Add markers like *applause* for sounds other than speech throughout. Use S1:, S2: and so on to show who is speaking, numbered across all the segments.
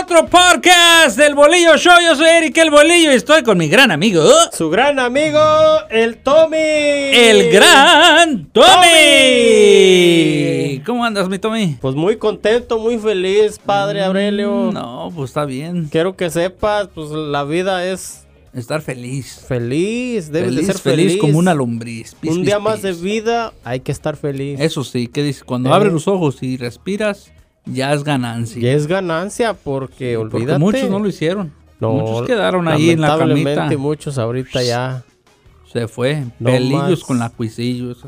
S1: otro podcast del Bolillo Show. Yo soy Eric El Bolillo y estoy con mi gran amigo,
S2: Su gran amigo, el Tommy.
S1: el gran Tommy.
S2: Tommy.
S1: ¿Cómo andas, mi Tommy?
S2: Pues muy contento, muy feliz, padre Aurelio.
S1: Mm, No, pues está bien.
S2: Quiero que sepas, pues la vida es
S1: Estar feliz.
S2: feliz, debe
S1: feliz,
S2: de ser
S1: feliz,
S2: feliz.
S1: como una lombriz. Pis,
S2: Un
S1: pis,
S2: día más
S1: pis.
S2: de vida, hay que estar feliz.
S1: Eso sí, ¿qué dices? Cuando
S2: Eh.
S1: abres los ojos y respiras, ya es ganancia.
S2: Y es ganancia
S1: Porque
S2: porque olvídate.
S1: muchos no lo hicieron.
S2: No,
S1: muchos quedaron ahí en la
S2: lamentablemente
S1: camita.
S2: muchos
S1: *laughs*
S2: ahorita ya. *laughs*
S1: Se fue.
S2: No
S1: Pelillos
S2: más.
S1: con la cuisillos.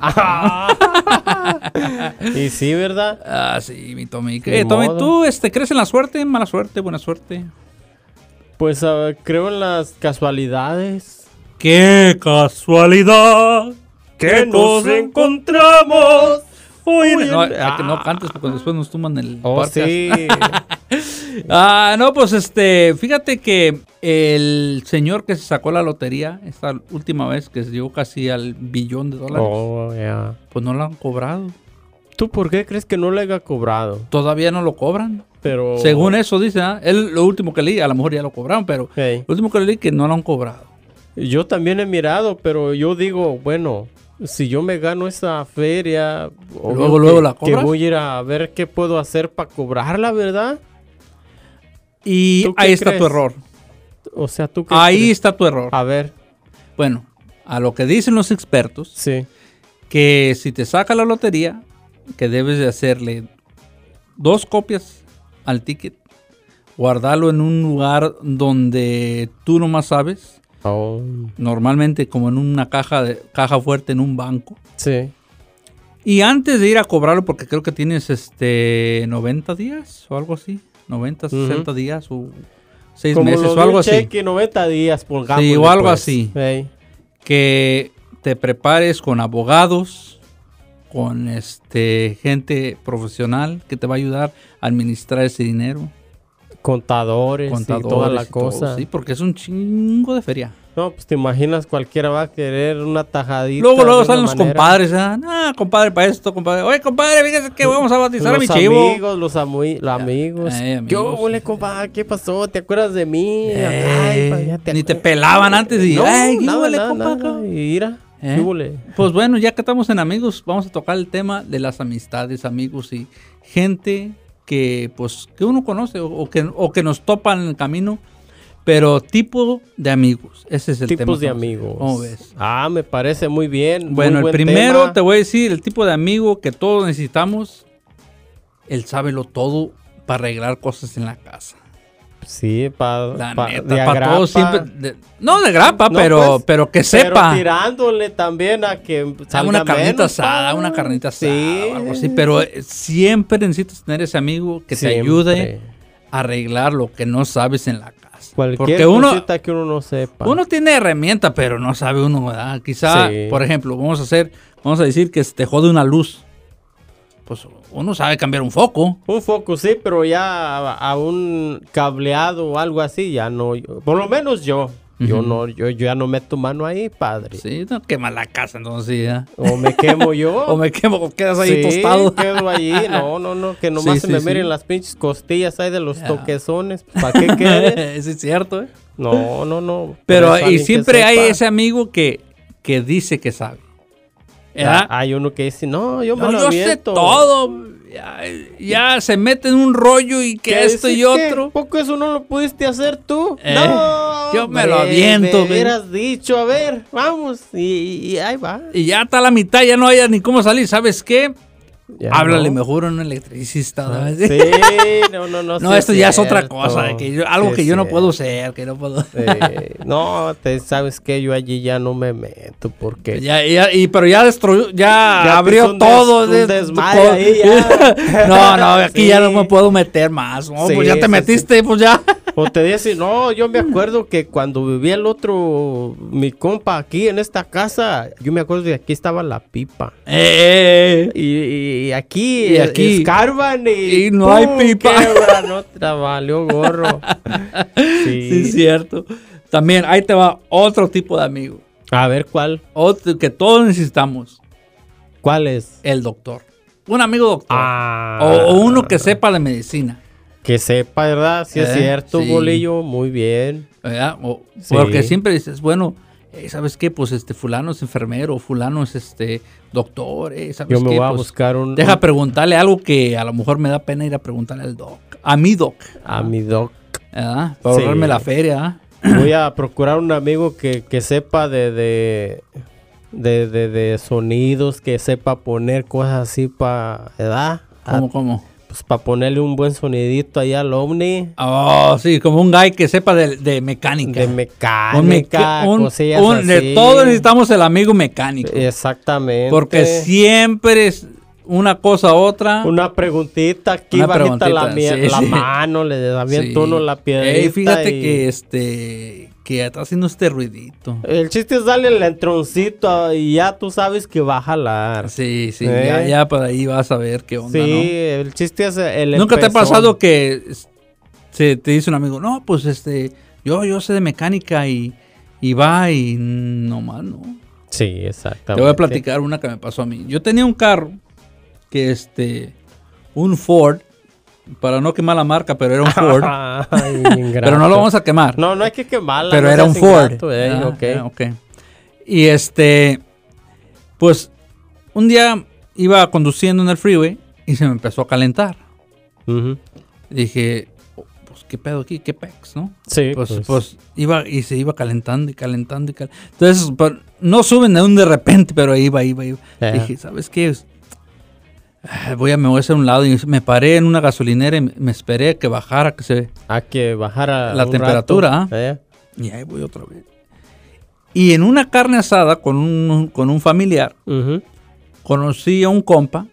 S2: y sí, ¿verdad?
S1: Ah, sí, mi Tommy.
S2: Ni
S1: Eh, Tommy,
S2: modo.
S1: ¿tú este, crees en la suerte? ¿Mala suerte? ¿Buena suerte?
S2: Pues ah, creo en las casualidades.
S1: ¡Qué casualidad!
S2: que nos encontramos hoy
S1: No,
S2: en-
S1: hay que no cantes porque después nos tuman el
S2: Oh,
S1: podcast.
S2: sí.
S1: *laughs* Ah, no, pues este, fíjate que el señor que se sacó la lotería esta última vez que llegó casi al billón de dólares,
S2: Oh, ya.
S1: pues no lo han cobrado.
S2: ¿Tú por qué crees que no le haya cobrado?
S1: Todavía no lo cobran.
S2: Pero.
S1: Según eso dice, ¿ah? él lo último que leí, a lo mejor ya lo cobraron, pero
S2: Ey,
S1: lo último que leí que no lo han cobrado.
S2: yo también he mirado, pero yo digo, bueno, si yo me gano esa feria. obvio
S1: Luego, luego
S2: que-
S1: la
S2: Que
S1: cobras.
S2: voy a ir a ver qué puedo hacer para cobrarla, ¿verdad?
S1: Y
S2: ¿Tú qué
S1: ahí está tu
S2: crees?
S1: error.
S2: O sea, tú qué
S1: Ahí
S2: crees?
S1: está tu error.
S2: A ver,
S1: Bueno, a lo que dicen los expertos,
S2: sí.
S1: que si te saca la lotería, que debes de hacerle dos copias al ticket, guardarlo en un lugar donde tú nomás sabes,
S2: Oh,
S1: normalmente como en una caja, de, caja fuerte en un banco.
S2: sí.
S1: Y antes de ir a cobrarlo, porque creo que tienes este 90 días o algo así, 90,
S2: Ujú.
S1: 60 días o 6
S2: Como
S1: meses
S2: lo
S1: o
S2: de
S1: algo
S2: un
S1: así,
S2: cheque 90 días, pongámosle,
S1: Sí, o algo
S2: pues.
S1: así.
S2: Ey,
S1: que te prepares con abogados, con este gente profesional que te va a ayudar a administrar ese dinero,
S2: Contadores,
S1: contadores,
S2: y toda la
S1: y todo,
S2: cosa.
S1: sí, porque es un chingo de feria.
S2: No, pues te imaginas, cualquiera va a querer una tajadita.
S1: Luego, luego
S2: de
S1: salen
S2: una
S1: los
S2: manera.
S1: compadres, ah, "No, compadre, para esto, compadre. Oye, compadre, fíjese que vamos a bautizar a mi
S2: Los
S1: chivo.
S2: amigos, los, amui- los amigos.
S1: eh, amigos,
S2: ¿Qué huele,
S1: sí,
S2: compa? ¿Qué pasó? ¿Te acuerdas de mí?
S1: Eh,
S2: Ay, pa, ya
S1: ni te
S2: acuer-
S1: pelaban antes y,
S2: No,
S1: "Ay, ¿qué
S2: nada,
S1: huele,
S2: nada,
S1: compa,
S2: nada.
S1: acá?"
S2: Y mira,
S1: ¿Eh?
S2: ¿qué huele?
S1: Pues bueno, ya que estamos en amigos, vamos a tocar el tema de las amistades, amigos y gente que pues que uno conoce o, o que, o que nos topan en el camino, pero tipo de amigos. Ese es el tema
S2: Tipos
S1: que
S2: de
S1: vamos a-
S2: amigos.
S1: ¿Cómo ves?
S2: Ah, me parece muy bien. muy
S1: Bueno, el
S2: buen
S1: primero
S2: tema.
S1: te voy a decir el tipo de amigo que todos necesitamos. Él sábelo todo para arreglar cosas en la casa.
S2: Sí, para.
S1: La neta, para todos siempre. de- no de grapa,
S2: No,
S1: pero,
S2: pues,
S1: pero que
S2: Pero
S1: sepa.
S2: tirándole también a que
S1: Ah,
S2: salga
S1: una carnita
S2: menos,
S1: asada,
S2: pa.
S1: una carnita asada,
S2: Sí.
S1: o algo así. Pero eh, siempre necesitas tener ese amigo que te
S2: Siempre.
S1: ayude a arreglar lo que no sabes en la casa. Porque
S2: Cualquier
S1: uno,
S2: cosita que uno no sepa.
S1: uno tiene herramienta, pero no sabe uno, ¿verdad? Quizá,
S2: Sí.
S1: por ejemplo, vamos a hacer, vamos a decir que se te jode una luz. Pues uno sabe cambiar un foco.
S2: Un foco sí, pero ya a, a un cableado o algo así, ya no. yo- por lo menos yo. Yo
S1: Ujú.
S2: no, yo, yo ya no meto mano ahí, padre.
S1: Sí, no quema la casa, entonces sí, ¿verdad?
S2: O me quemo yo.
S1: *laughs* O me quemo, o quedas ahí
S2: Sí,
S1: tostado.
S2: quedo ahí. No, no, no. Que nomás
S1: Sí,
S2: se
S1: sí,
S2: me
S1: sí.
S2: miren las pinches costillas ahí de los
S1: Ya.
S2: toquezones. Pues,
S1: *laughs*
S2: ¿Para qué quede?
S1: Sí, es cierto, ¿eh?
S2: No, no, no.
S1: Pero
S2: Por eso
S1: y
S2: alguien que
S1: siempre hay
S2: sepa.
S1: ese amigo que, que dice que sabe.
S2: Ah,
S1: ¿Verdad?
S2: Hay uno que dice, ah, no, yo me
S1: No,
S2: lo
S1: yo sé
S2: aviento".
S1: todo. Ya, ya se mete en un rollo y que
S2: ¿Qué
S1: esto y
S2: decir qué?
S1: otro.
S2: ¿Poco eso no lo pudiste hacer tú?
S1: Eh,
S2: no.
S1: yo me lo
S2: hombre,
S1: aviento,
S2: Me
S1: güey.
S2: hubieras dicho, a ver, vamos. Y, y ahí va.
S1: Y ya está a la mitad, ya no haya ni cómo salir. ¿Sabes qué? Háblale
S2: no. Ah,
S1: mejor a un electricista. ¿no? *laughs*
S2: Sí, no, no, no.
S1: no,
S2: sí
S1: esto ya es otra
S2: cierto.
S1: cosa. que yo- algo
S2: Sí
S1: que
S2: es
S1: yo no puedo
S2: cierto.
S1: ser, que no puedo.
S2: Eh, no, te, sabes que yo allí ya no me meto
S1: *laughs*
S2: porque
S1: Ya, ya- y, pero ya destruyó, ya,
S2: Ya
S1: abrió
S2: hizo un des-
S1: todo.
S2: un
S1: de-
S2: desmadre ahí, ya.
S1: *laughs* no, no, aquí ya no
S2: Sí.
S1: me puedo meter más. No,
S2: Sí,
S1: pues ya te
S2: sí,
S1: metiste, pues ya.
S2: O te dice, no, yo me acuerdo que cuando vivía el otro, mi compa aquí en esta casa, yo me acuerdo que aquí estaba la pipa.
S1: Eh, eh, eh.
S2: Y, y aquí,
S1: Y aquí.
S2: escarban y,
S1: Y no hay pipa.
S2: quiebra, no te valió gorro. Sí.
S1: *laughs* Sí, es cierto. También ahí te va otro tipo de amigo.
S2: A ver cuál,
S1: Otro que todos necesitamos.
S2: cuál es.
S1: El doctor. Un amigo doctor.
S2: Ah.
S1: O, o uno que sepa de medicina.
S2: Que sepa, ¿verdad? Si es
S1: Eh,
S2: cierto,
S1: sí.
S2: bolillo, muy bien.
S1: ¿verdad? O-
S2: Sí.
S1: Porque siempre dices, bueno, eh, ¿sabes qué? Pues este fulano es enfermero, fulano es este doctor, eh, ¿sabes
S2: Yo me
S1: qué?
S2: voy a
S1: Pues,
S2: buscar un,
S1: Deja preguntarle algo que a lo mejor me da pena ir a preguntarle al doc, a mi doc,
S2: a mi doc.
S1: ¿verdad? Para
S2: Sí.
S1: ahorrarme la feria, ¿ah? ¿verdad?
S2: Voy a procurar un amigo que, que sepa de de, de, de- de sonidos, que sepa poner cosas así para edad.
S1: ¿Cómo, cómo?
S2: pues para ponerle un buen sonidito allá al ovni.
S1: Oh, sí, como un guy que sepa de, de mecánica.
S2: De
S1: Un
S2: mecánica,
S1: meca- un-
S2: cosillas
S1: un-
S2: así.
S1: de todos necesitamos el amigo mecánico.
S2: Exactamente.
S1: Porque siempre es una cosa u otra.
S2: Una preguntita aquí
S1: Una
S2: bajita la,
S1: preguntita,
S2: mie-
S1: sí,
S2: la
S1: sí.
S2: mano, le
S1: Sí.
S2: avienta uno la piedra.
S1: Ey, fíjate que este que está haciendo este ruidito.
S2: El chiste es darle el entroncito y ya tú sabes que va a jalar. Sí,
S1: Sí, sí,
S2: Eh.
S1: ya, ya por ahí vas a ver qué onda,
S2: el chiste es el
S1: ¿no? Nunca te ha
S2: empezón.
S1: pasado que es- se te dice un amigo, no, pues este, yo, yo sé de mecánica y, y va y no más, no.
S2: Sí,
S1: Te
S2: exactamente.
S1: voy a platicar una que me pasó a mí. Yo tenía un carro que este, un Ford, para no quemar la marca, pero
S2: *laughs*
S1: era un Ford.
S2: Ay,
S1: *laughs* pero no lo vamos a quemar.
S2: No, no hay que quemarla.
S1: pero
S2: no
S1: era un
S2: seas
S1: Ford.
S2: ingrato, eh,
S1: Ah,
S2: ok.
S1: ah, ok. Y este, pues un día iba conduciendo en el freeway y se me empezó a calentar.
S2: Ujú.
S1: Dije, oh, pues qué pedo aquí, qué pex, ¿no?
S2: Sí,
S1: Pues, pues, iba y se iba calentando y calentando y calentando. Entonces, pero no suben de un de repente, pero iba, iba, iba.
S2: Ajá.
S1: Dije, ¿sabes qué? Ah, Voy a me voy a hacer a un lado y me paré en una gasolinera y me- me esperé a que bajara, que se
S2: Hay que bajar a
S1: La
S2: un
S1: temperatura,
S2: rato,
S1: ¿ah?
S2: eh.
S1: Y ahí voy otra vez. Y en una carne asada con un, con un familiar,
S2: Ujú.
S1: conocí a un compa.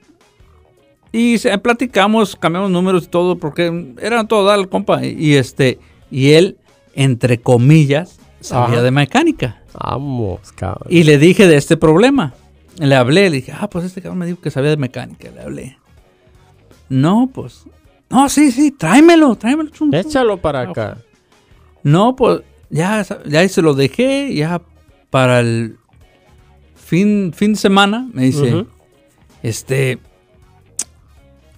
S1: Y se- platicamos, cambiamos números y todo, porque era todo dar el compa. Y, este, y él, entre comillas, sabía
S2: Ajá.
S1: de mecánica.
S2: Vamos, cabrón.
S1: Y le dije de este problema. Le hablé, le dije, ah, pues este cabrón me dijo que sabía de mecánica. Le hablé. No, pues. No, sí, sí, tráemelo, tráemelo. chum, chum".
S2: Échalo para acá.
S1: pues, No, pues ya, sa- ya ahí se lo dejé, ya para el fin, fin de semana, me dice,
S2: Ujú.
S1: este,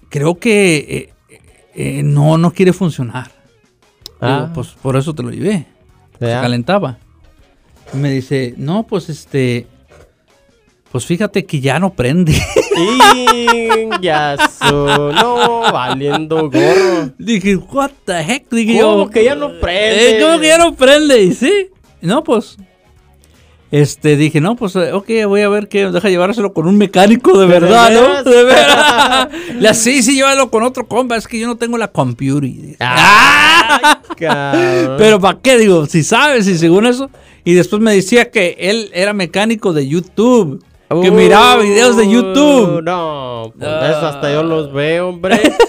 S1: creo que eh, eh, no, no quiere funcionar. Digo,
S2: Ah.
S1: pues por eso te lo llevé, se
S2: Ya.
S1: calentaba. Y me dice, no, pues este, pues fíjate que ya no prende. *laughs*
S2: Ingazo. No, valiendo gorro.
S1: Dije, what the heck, dije
S2: ¿Cómo
S1: yo.
S2: que ya no prende?
S1: Eh, ¿Cómo que ya no prende? Y sí. No, pues. Este, dije, no, pues, eh, ok, voy a ver qué. Deja llevárselo con un mecánico de
S2: ¿De
S1: verdad,
S2: veras?
S1: ¿no? De
S2: *laughs*
S1: verdad. La, sí, sí, llévalo con otro compa. Es que yo no tengo la computer.
S2: Ah, cabrón.
S1: Pero ¿para qué? Digo, si sabes, y según eso. Y después me decía que él era mecánico de YouTube. Que
S2: Uh,
S1: miraba videos de YouTube.
S2: No, pues
S1: Ah.
S2: eso hasta yo los veo, hombre.
S1: *laughs*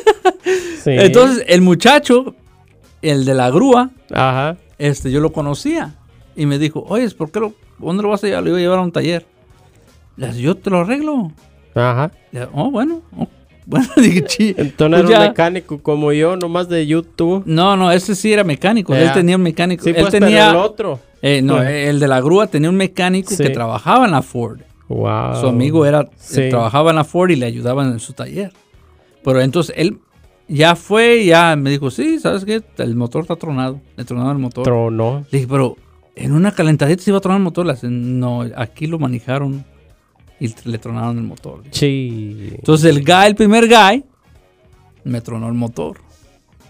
S2: Sí.
S1: Entonces, el muchacho, el de la grúa,
S2: Ajá.
S1: este, yo lo conocía. Y me dijo, oye, ¿por qué lo, dónde lo vas a llevar? Lo iba a llevar a un taller. Le dije, yo te lo arreglo.
S2: Ajá.
S1: Le dije, oh, bueno. oh, *laughs* bueno, dije, "Chi".
S2: Entonces
S1: Pues
S2: era un
S1: ya.
S2: mecánico como yo, nomás de YouTube.
S1: No, no, ese sí era mecánico.
S2: Ya.
S1: Él tenía un mecánico.
S2: Sí,
S1: Él
S2: pues,
S1: tenía.
S2: pero el otro.
S1: eh, no,
S2: Ujú.
S1: el de la grúa tenía un mecánico
S2: Sí.
S1: que trabajaba en la Ford.
S2: Wow.
S1: Su amigo era, eh,
S2: Sí.
S1: trabajaba en la Ford y le ayudaban en su taller. Pero entonces él ya fue, ya me dijo, sí, ¿sabes qué? El motor está tronado. Le tronaba el motor.
S2: Trono.
S1: Le dije, pero en una calentadita se iba a tronar el motor. Le hace, no, aquí lo manejaron y t- le tronaron el motor.
S2: Sí.
S1: Entonces el guy, el primer guy, me tronó el motor.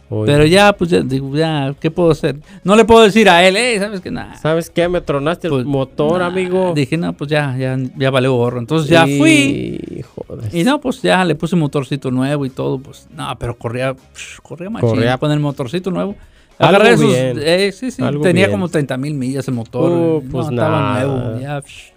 S2: Oye.
S1: Pero ya, pues ya, digo, ya, ¿qué puedo hacer? No le puedo decir a él, eh, ¿sabes qué? Nada.
S2: ¿Sabes qué? Me tronaste el
S1: Pues,
S2: motor,
S1: nah.
S2: amigo.
S1: Dije, no, pues ya, ya, ya valió gorro. Entonces ya
S2: Y-
S1: fui.
S2: joder.
S1: Y no, pues ya le puse motorcito nuevo y todo. Pues no, pero corría, psh, corría machín.
S2: Corría.
S1: Con el motorcito nuevo.
S2: Algo
S1: Agarré esos.
S2: bien.
S1: eh, sí, sí.
S2: Algo
S1: tenía
S2: bien.
S1: como 30 mil millas el motor.
S2: Uh,
S1: No,
S2: pues
S1: estaba
S2: nada.
S1: nuevo. ya, psh.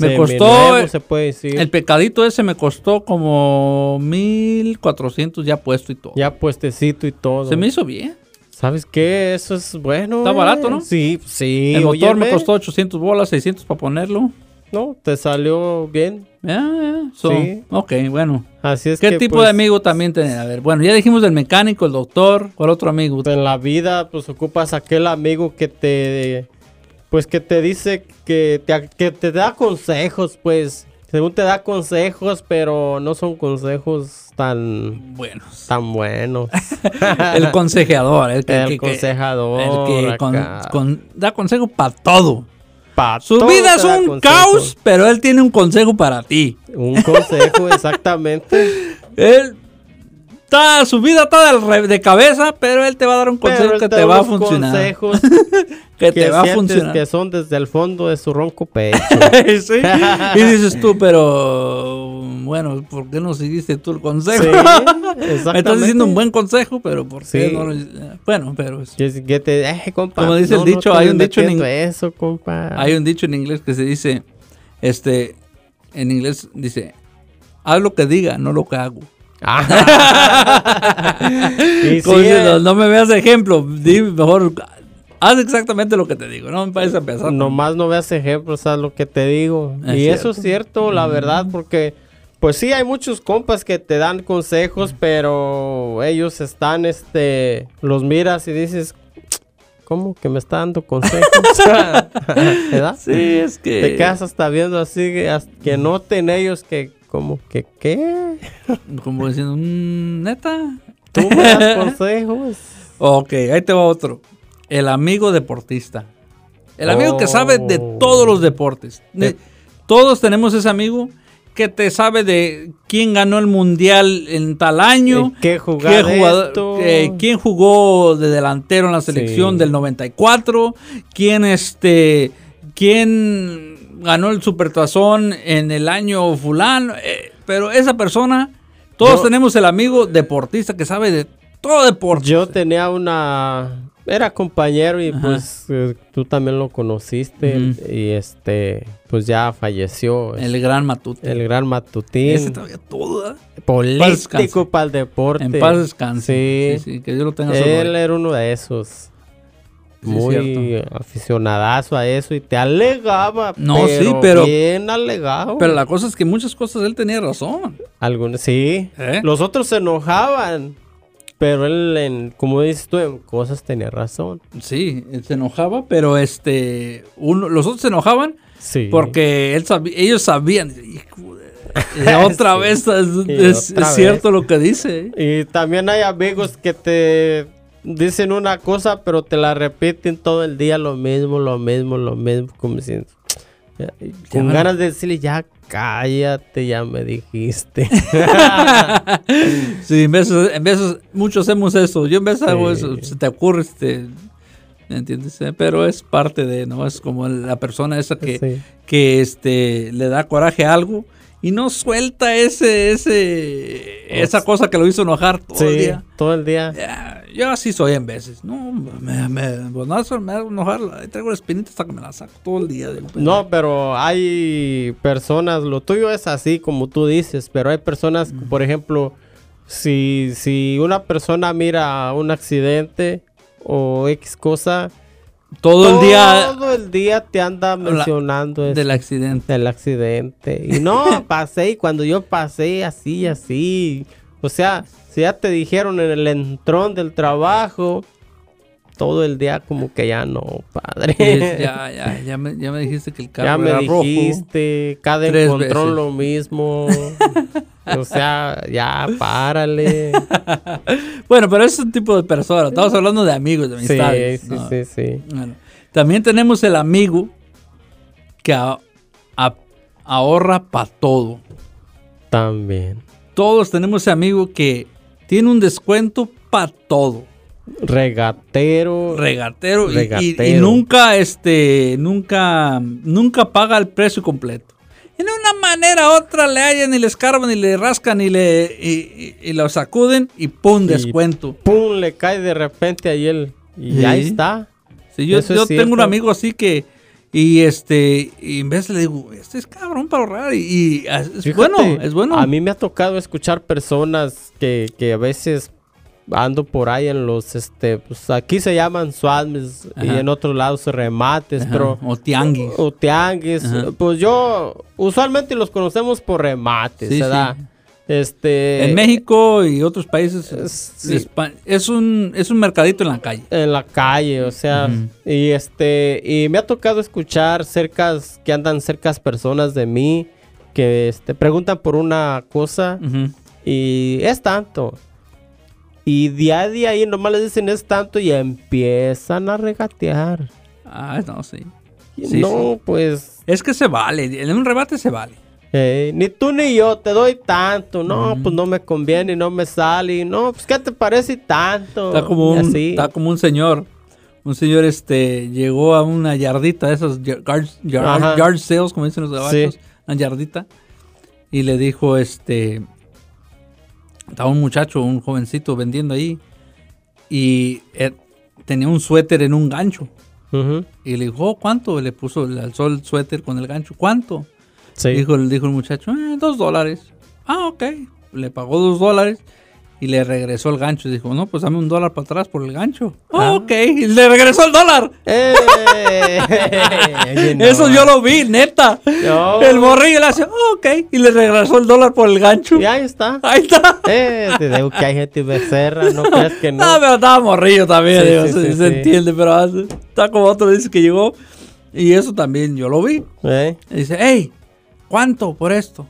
S1: Me
S2: Semi
S1: costó.
S2: nuevo, se puede decir.
S1: El pecadito ese me costó como 1400 ya puesto y todo.
S2: Ya puestecito y todo.
S1: Se me hizo bien.
S2: ¿Sabes qué? Eso es bueno.
S1: Está
S2: eh.
S1: barato, ¿no?
S2: Sí, sí.
S1: el motor me
S2: óyeme.
S1: costó 800 bolas, 600 para ponerlo.
S2: No, te salió bien.
S1: Ya, ya, so,
S2: Sí.
S1: Ok, bueno.
S2: Así es
S1: ¿Qué
S2: que,
S1: tipo
S2: pues,
S1: de amigo también tener? A ver, bueno, ya dijimos del mecánico, el doctor, ¿cuál otro amigo?
S2: En la vida, pues ocupas aquel amigo que te. Pues que te dice que te, que te da consejos, pues. Según te da consejos, pero no son consejos tan,
S1: Buenos.
S2: tan buenos.
S1: *laughs* El consejeador. El, que,
S2: El
S1: que- que- el
S2: consejador.
S1: que con-
S2: acá.
S1: con- da consejo para todo.
S2: Pa'
S1: Su
S2: todo
S1: vida
S2: te
S1: es
S2: da
S1: un
S2: consejos.
S1: caos, pero él tiene un consejo para ti.
S2: Un consejo,
S1: *laughs*
S2: exactamente.
S1: Él está, su vida está del re- de, cabeza, pero él te va a dar un consejo
S2: Pero él
S1: Pues que
S2: te
S1: te,
S2: da
S1: va a
S2: unos
S1: funcionar. *laughs*
S2: Consejos
S1: que
S2: que
S1: te va a
S2: sientes
S1: funcionar. *laughs*
S2: que son desde el fondo de su ronco pecho.
S1: Sí. Y dices tú, pero bueno, ¿por qué no seguiste tú el consejo?
S2: Sí,
S1: *laughs* Me estás diciendo un
S2: exactamente.
S1: buen consejo, pero ¿por qué
S2: Sí.
S1: no lo- Bueno, pero es-
S2: Que, es- que te, eh, compa,
S1: Como dice el dicho,
S2: te
S1: hay un
S2: andes
S1: dicho en
S2: metiendo
S1: ing-
S2: eso, compa.
S1: hay un dicho en inglés que se dice, este, en inglés dice, haz lo que diga, no lo que hago.
S2: Ah.
S1: *laughs*
S2: *laughs* Y
S1: Como
S2: sí,
S1: diciendo,
S2: eh,
S1: no me veas de ejemplo, di mejor, haz exactamente lo que te digo, no me parece a pensar. *laughs*
S2: Nomás no veas ejemplos, a lo que te digo.
S1: Es
S2: y eso es cierto, la verdad, porque pues sí hay muchos compas que te dan consejos, pero ellos están, este, los miras y dices, ¿cómo que me está dando consejos?
S1: *laughs*
S2: ¿Verdad?
S1: Sí, es que...
S2: Te quedas hasta viendo así, que, as- que noten ellos que, como que,
S1: *laughs*
S2: ¿qué?
S1: Como diciendo, "Mm, neta.
S2: Tú me das consejos.
S1: Ok, ahí te va otro. El amigo deportista. El amigo que
S2: Oh. Eh.
S1: sabe de todos los deportes. De- todos tenemos ese amigo que te sabe de quién ganó el mundial en tal año.
S2: Eh, ¿Qué jugada
S1: qué jugador-
S2: esto?
S1: eh, quién jugó de delantero en la selección
S2: Sí.
S1: del 94, quién este, quién ganó el supertazón en el año fulano, eh, pero esa persona, todos
S2: Yo-
S1: tenemos el amigo deportista que sabe de todo deporte.
S2: Yo tenía una. Era compañero y
S1: Ajá.
S2: pues eh, tú también lo conociste.
S1: Ujú.
S2: Y este, pues ya falleció. es-
S1: el gran Matute.
S2: pues. El, gran Matutín.
S1: Ese todavía todo. ¿eh? descanse.
S2: político para el deporte.
S1: En paz descanse.
S2: Sí.
S1: Sí, sí, que Dios lo tenga en su
S2: Él
S1: gloria.
S2: era uno de esos.
S1: Sí,
S2: Muy aficionadazo a eso y te alegaba.
S1: No, sí, pero-
S2: Bien alegado.
S1: Pero la cosa es que muchas cosas él tenía razón.
S2: Algunos, sí.
S1: ¿Eh?
S2: Los otros se enojaban. Pero él, en, como dices tú, en cosas tenía razón.
S1: Sí, él se enojaba, pero este, uno, los otros se enojaban
S2: Sí.
S1: Porque él sabi- ellos sabían. Hijo de-
S2: *laughs*
S1: de otra
S2: Sí.
S1: vez es,
S2: Y
S1: es-
S2: otra
S1: es
S2: vez.
S1: cierto lo que dice. ¿eh? *laughs*
S2: Y también hay amigos que te dicen una cosa, pero te la repiten todo el día, lo mismo, lo mismo, lo mismo, como si- ya, y con
S1: me-
S2: ganas de decirle, ya cállate, ya
S1: *laughs*
S2: me dijiste.
S1: Sí, en veces, en veces muchos hacemos eso. Yo en veces hago
S2: Sí.
S1: eso. Se te ocurre, este, ¿me entiendes? Eh, Pero es parte de, ¿no? Es como la persona esa que,
S2: Sí.
S1: que este, le da coraje a algo y no suelta ese, ese, esa cosa que lo hizo enojar todo el
S2: Sí,
S1: día.
S2: todo el día.
S1: Ya, Yo así soy en veces. No, me, me, pues, no, eso me hago enojar. Ahí Traigo la espinita hasta que me la saco todo el día. digo, pues,
S2: No, pero hay personas, lo tuyo es así como tú dices, pero hay personas, por ejemplo, si, si una persona mira un accidente o X cosa,
S1: todo, el día
S2: todo el día te anda
S1: La-
S2: mencionando eso.
S1: del accidente.
S2: del accidente.
S1: *laughs*
S2: Y no, pasé y cuando yo pasé así, así. O sea, si ya te dijeron en el entrón del trabajo, todo el día como que ya no,
S1: Es-
S2: *laughs* padre. *laughs* ya,
S1: ya, ya, ya me, ya me dijiste que el carro
S2: me
S1: era rojo.
S2: dijiste, cada
S1: tres
S2: encontrón
S1: veces. *laughs*
S2: lo mismo. o sea, ya párale.
S1: Bueno, pero es un tipo de persona. Estamos hablando de amigos, de
S2: sí,
S1: amistades.
S2: sí,
S1: ¿no?
S2: sí, sí.
S1: Bueno, también tenemos el amigo que a- a- ahorra para todo.
S2: También.
S1: Todos tenemos ese amigo que tiene un descuento para todo.
S2: Regatero.
S1: regatero, y- y- Y,
S2: Regatero.
S1: nunca este nunca nunca paga el precio completo en una manera u otra le hallan y le escarban y le rascan y le y, y- y lo sacuden y pum descuento
S2: ¡Pum! Le cae de repente ahí él. Y
S1: Sí.
S2: ahí está.
S1: Sí, yo,
S2: eso es
S1: yo tengo un
S2: cierto.
S1: amigo así que y este y en vez le digo este es cabrón para ahorrar y, y es
S2: Fíjate,
S1: bueno es bueno
S2: A mí me ha tocado escuchar personas que, que a veces ando por ahí en los, este, pues aquí se llaman suadmes y
S1: Ajá.
S2: en otros lados remates,
S1: Ajá,
S2: pero...
S1: o tianguis
S2: O tianguis.
S1: Ajá.
S2: Pues yo, usualmente los conocemos por remates,
S1: Sí, sí.
S2: ¿verdad? Este...
S1: en México y otros países
S2: es- eh, sí,
S1: Espa- es un es un mercadito en la calle
S2: en la calle, o sea,
S1: Ujú.
S2: y este, y me ha tocado escuchar cercas, que andan cercas personas de mí, que este, preguntan por una cosa
S1: Ujú.
S2: y es tanto. Y día a día ahí nomás les dicen es tanto y empiezan a regatear.
S1: Ah, no, sí.
S2: Y
S1: Sí,
S2: no,
S1: sí.
S2: pues
S1: Es que se vale, en un rebate se vale.
S2: eh, ni tú ni yo te doy tanto. No, pues no me conviene, no me sale. No, pues ¿qué te parece tanto?
S1: Está como
S2: Y
S1: un,
S2: así.
S1: está como un señor. Un señor este llegó a una yardita de esos yard, yard-
S2: Ajá.
S1: yard sales, como dicen los gabachos,
S2: Sí.
S1: una yardita. Y le dijo, este, estaba un muchacho, un jovencito vendiendo ahí. Y eh, tenía un suéter en un gancho.
S2: Ujú,
S1: Y le dijo, "Oh, ¿cuánto? Le puso, le alzó el suéter con el gancho. ¿Cuánto?
S2: sí.
S1: Dijo, el- dijo el muchacho, "Eh, dos dólares. Ah, ok. Le pagó dos dólares y le regresó el gancho. Dijo, no, pues dame un dólar para atrás por el gancho. Ah,
S2: Ah.
S1: ok. Y le regresó el dólar.
S2: ¡Eh! Oye,
S1: *laughs*
S2: no.
S1: Eso yo lo vi, neta.
S2: No.
S1: El morrillo le hace, "Ah, ok. Y le regresó el dólar por el gancho.
S2: Y ahí está.
S1: Ahí está.
S2: Eh, te digo que hay gente becerra, no crees
S1: *laughs*
S2: que
S1: No,
S2: no.
S1: pero estaba morrillo también,
S2: Sí,
S1: digo,
S2: sí,
S1: se,
S2: sí,
S1: se
S2: sí.
S1: entiende, pero ah, está como otro dice que llegó. Y eso también yo lo vi.
S2: Eh,
S1: Y dice, hey, ¿cuánto por esto?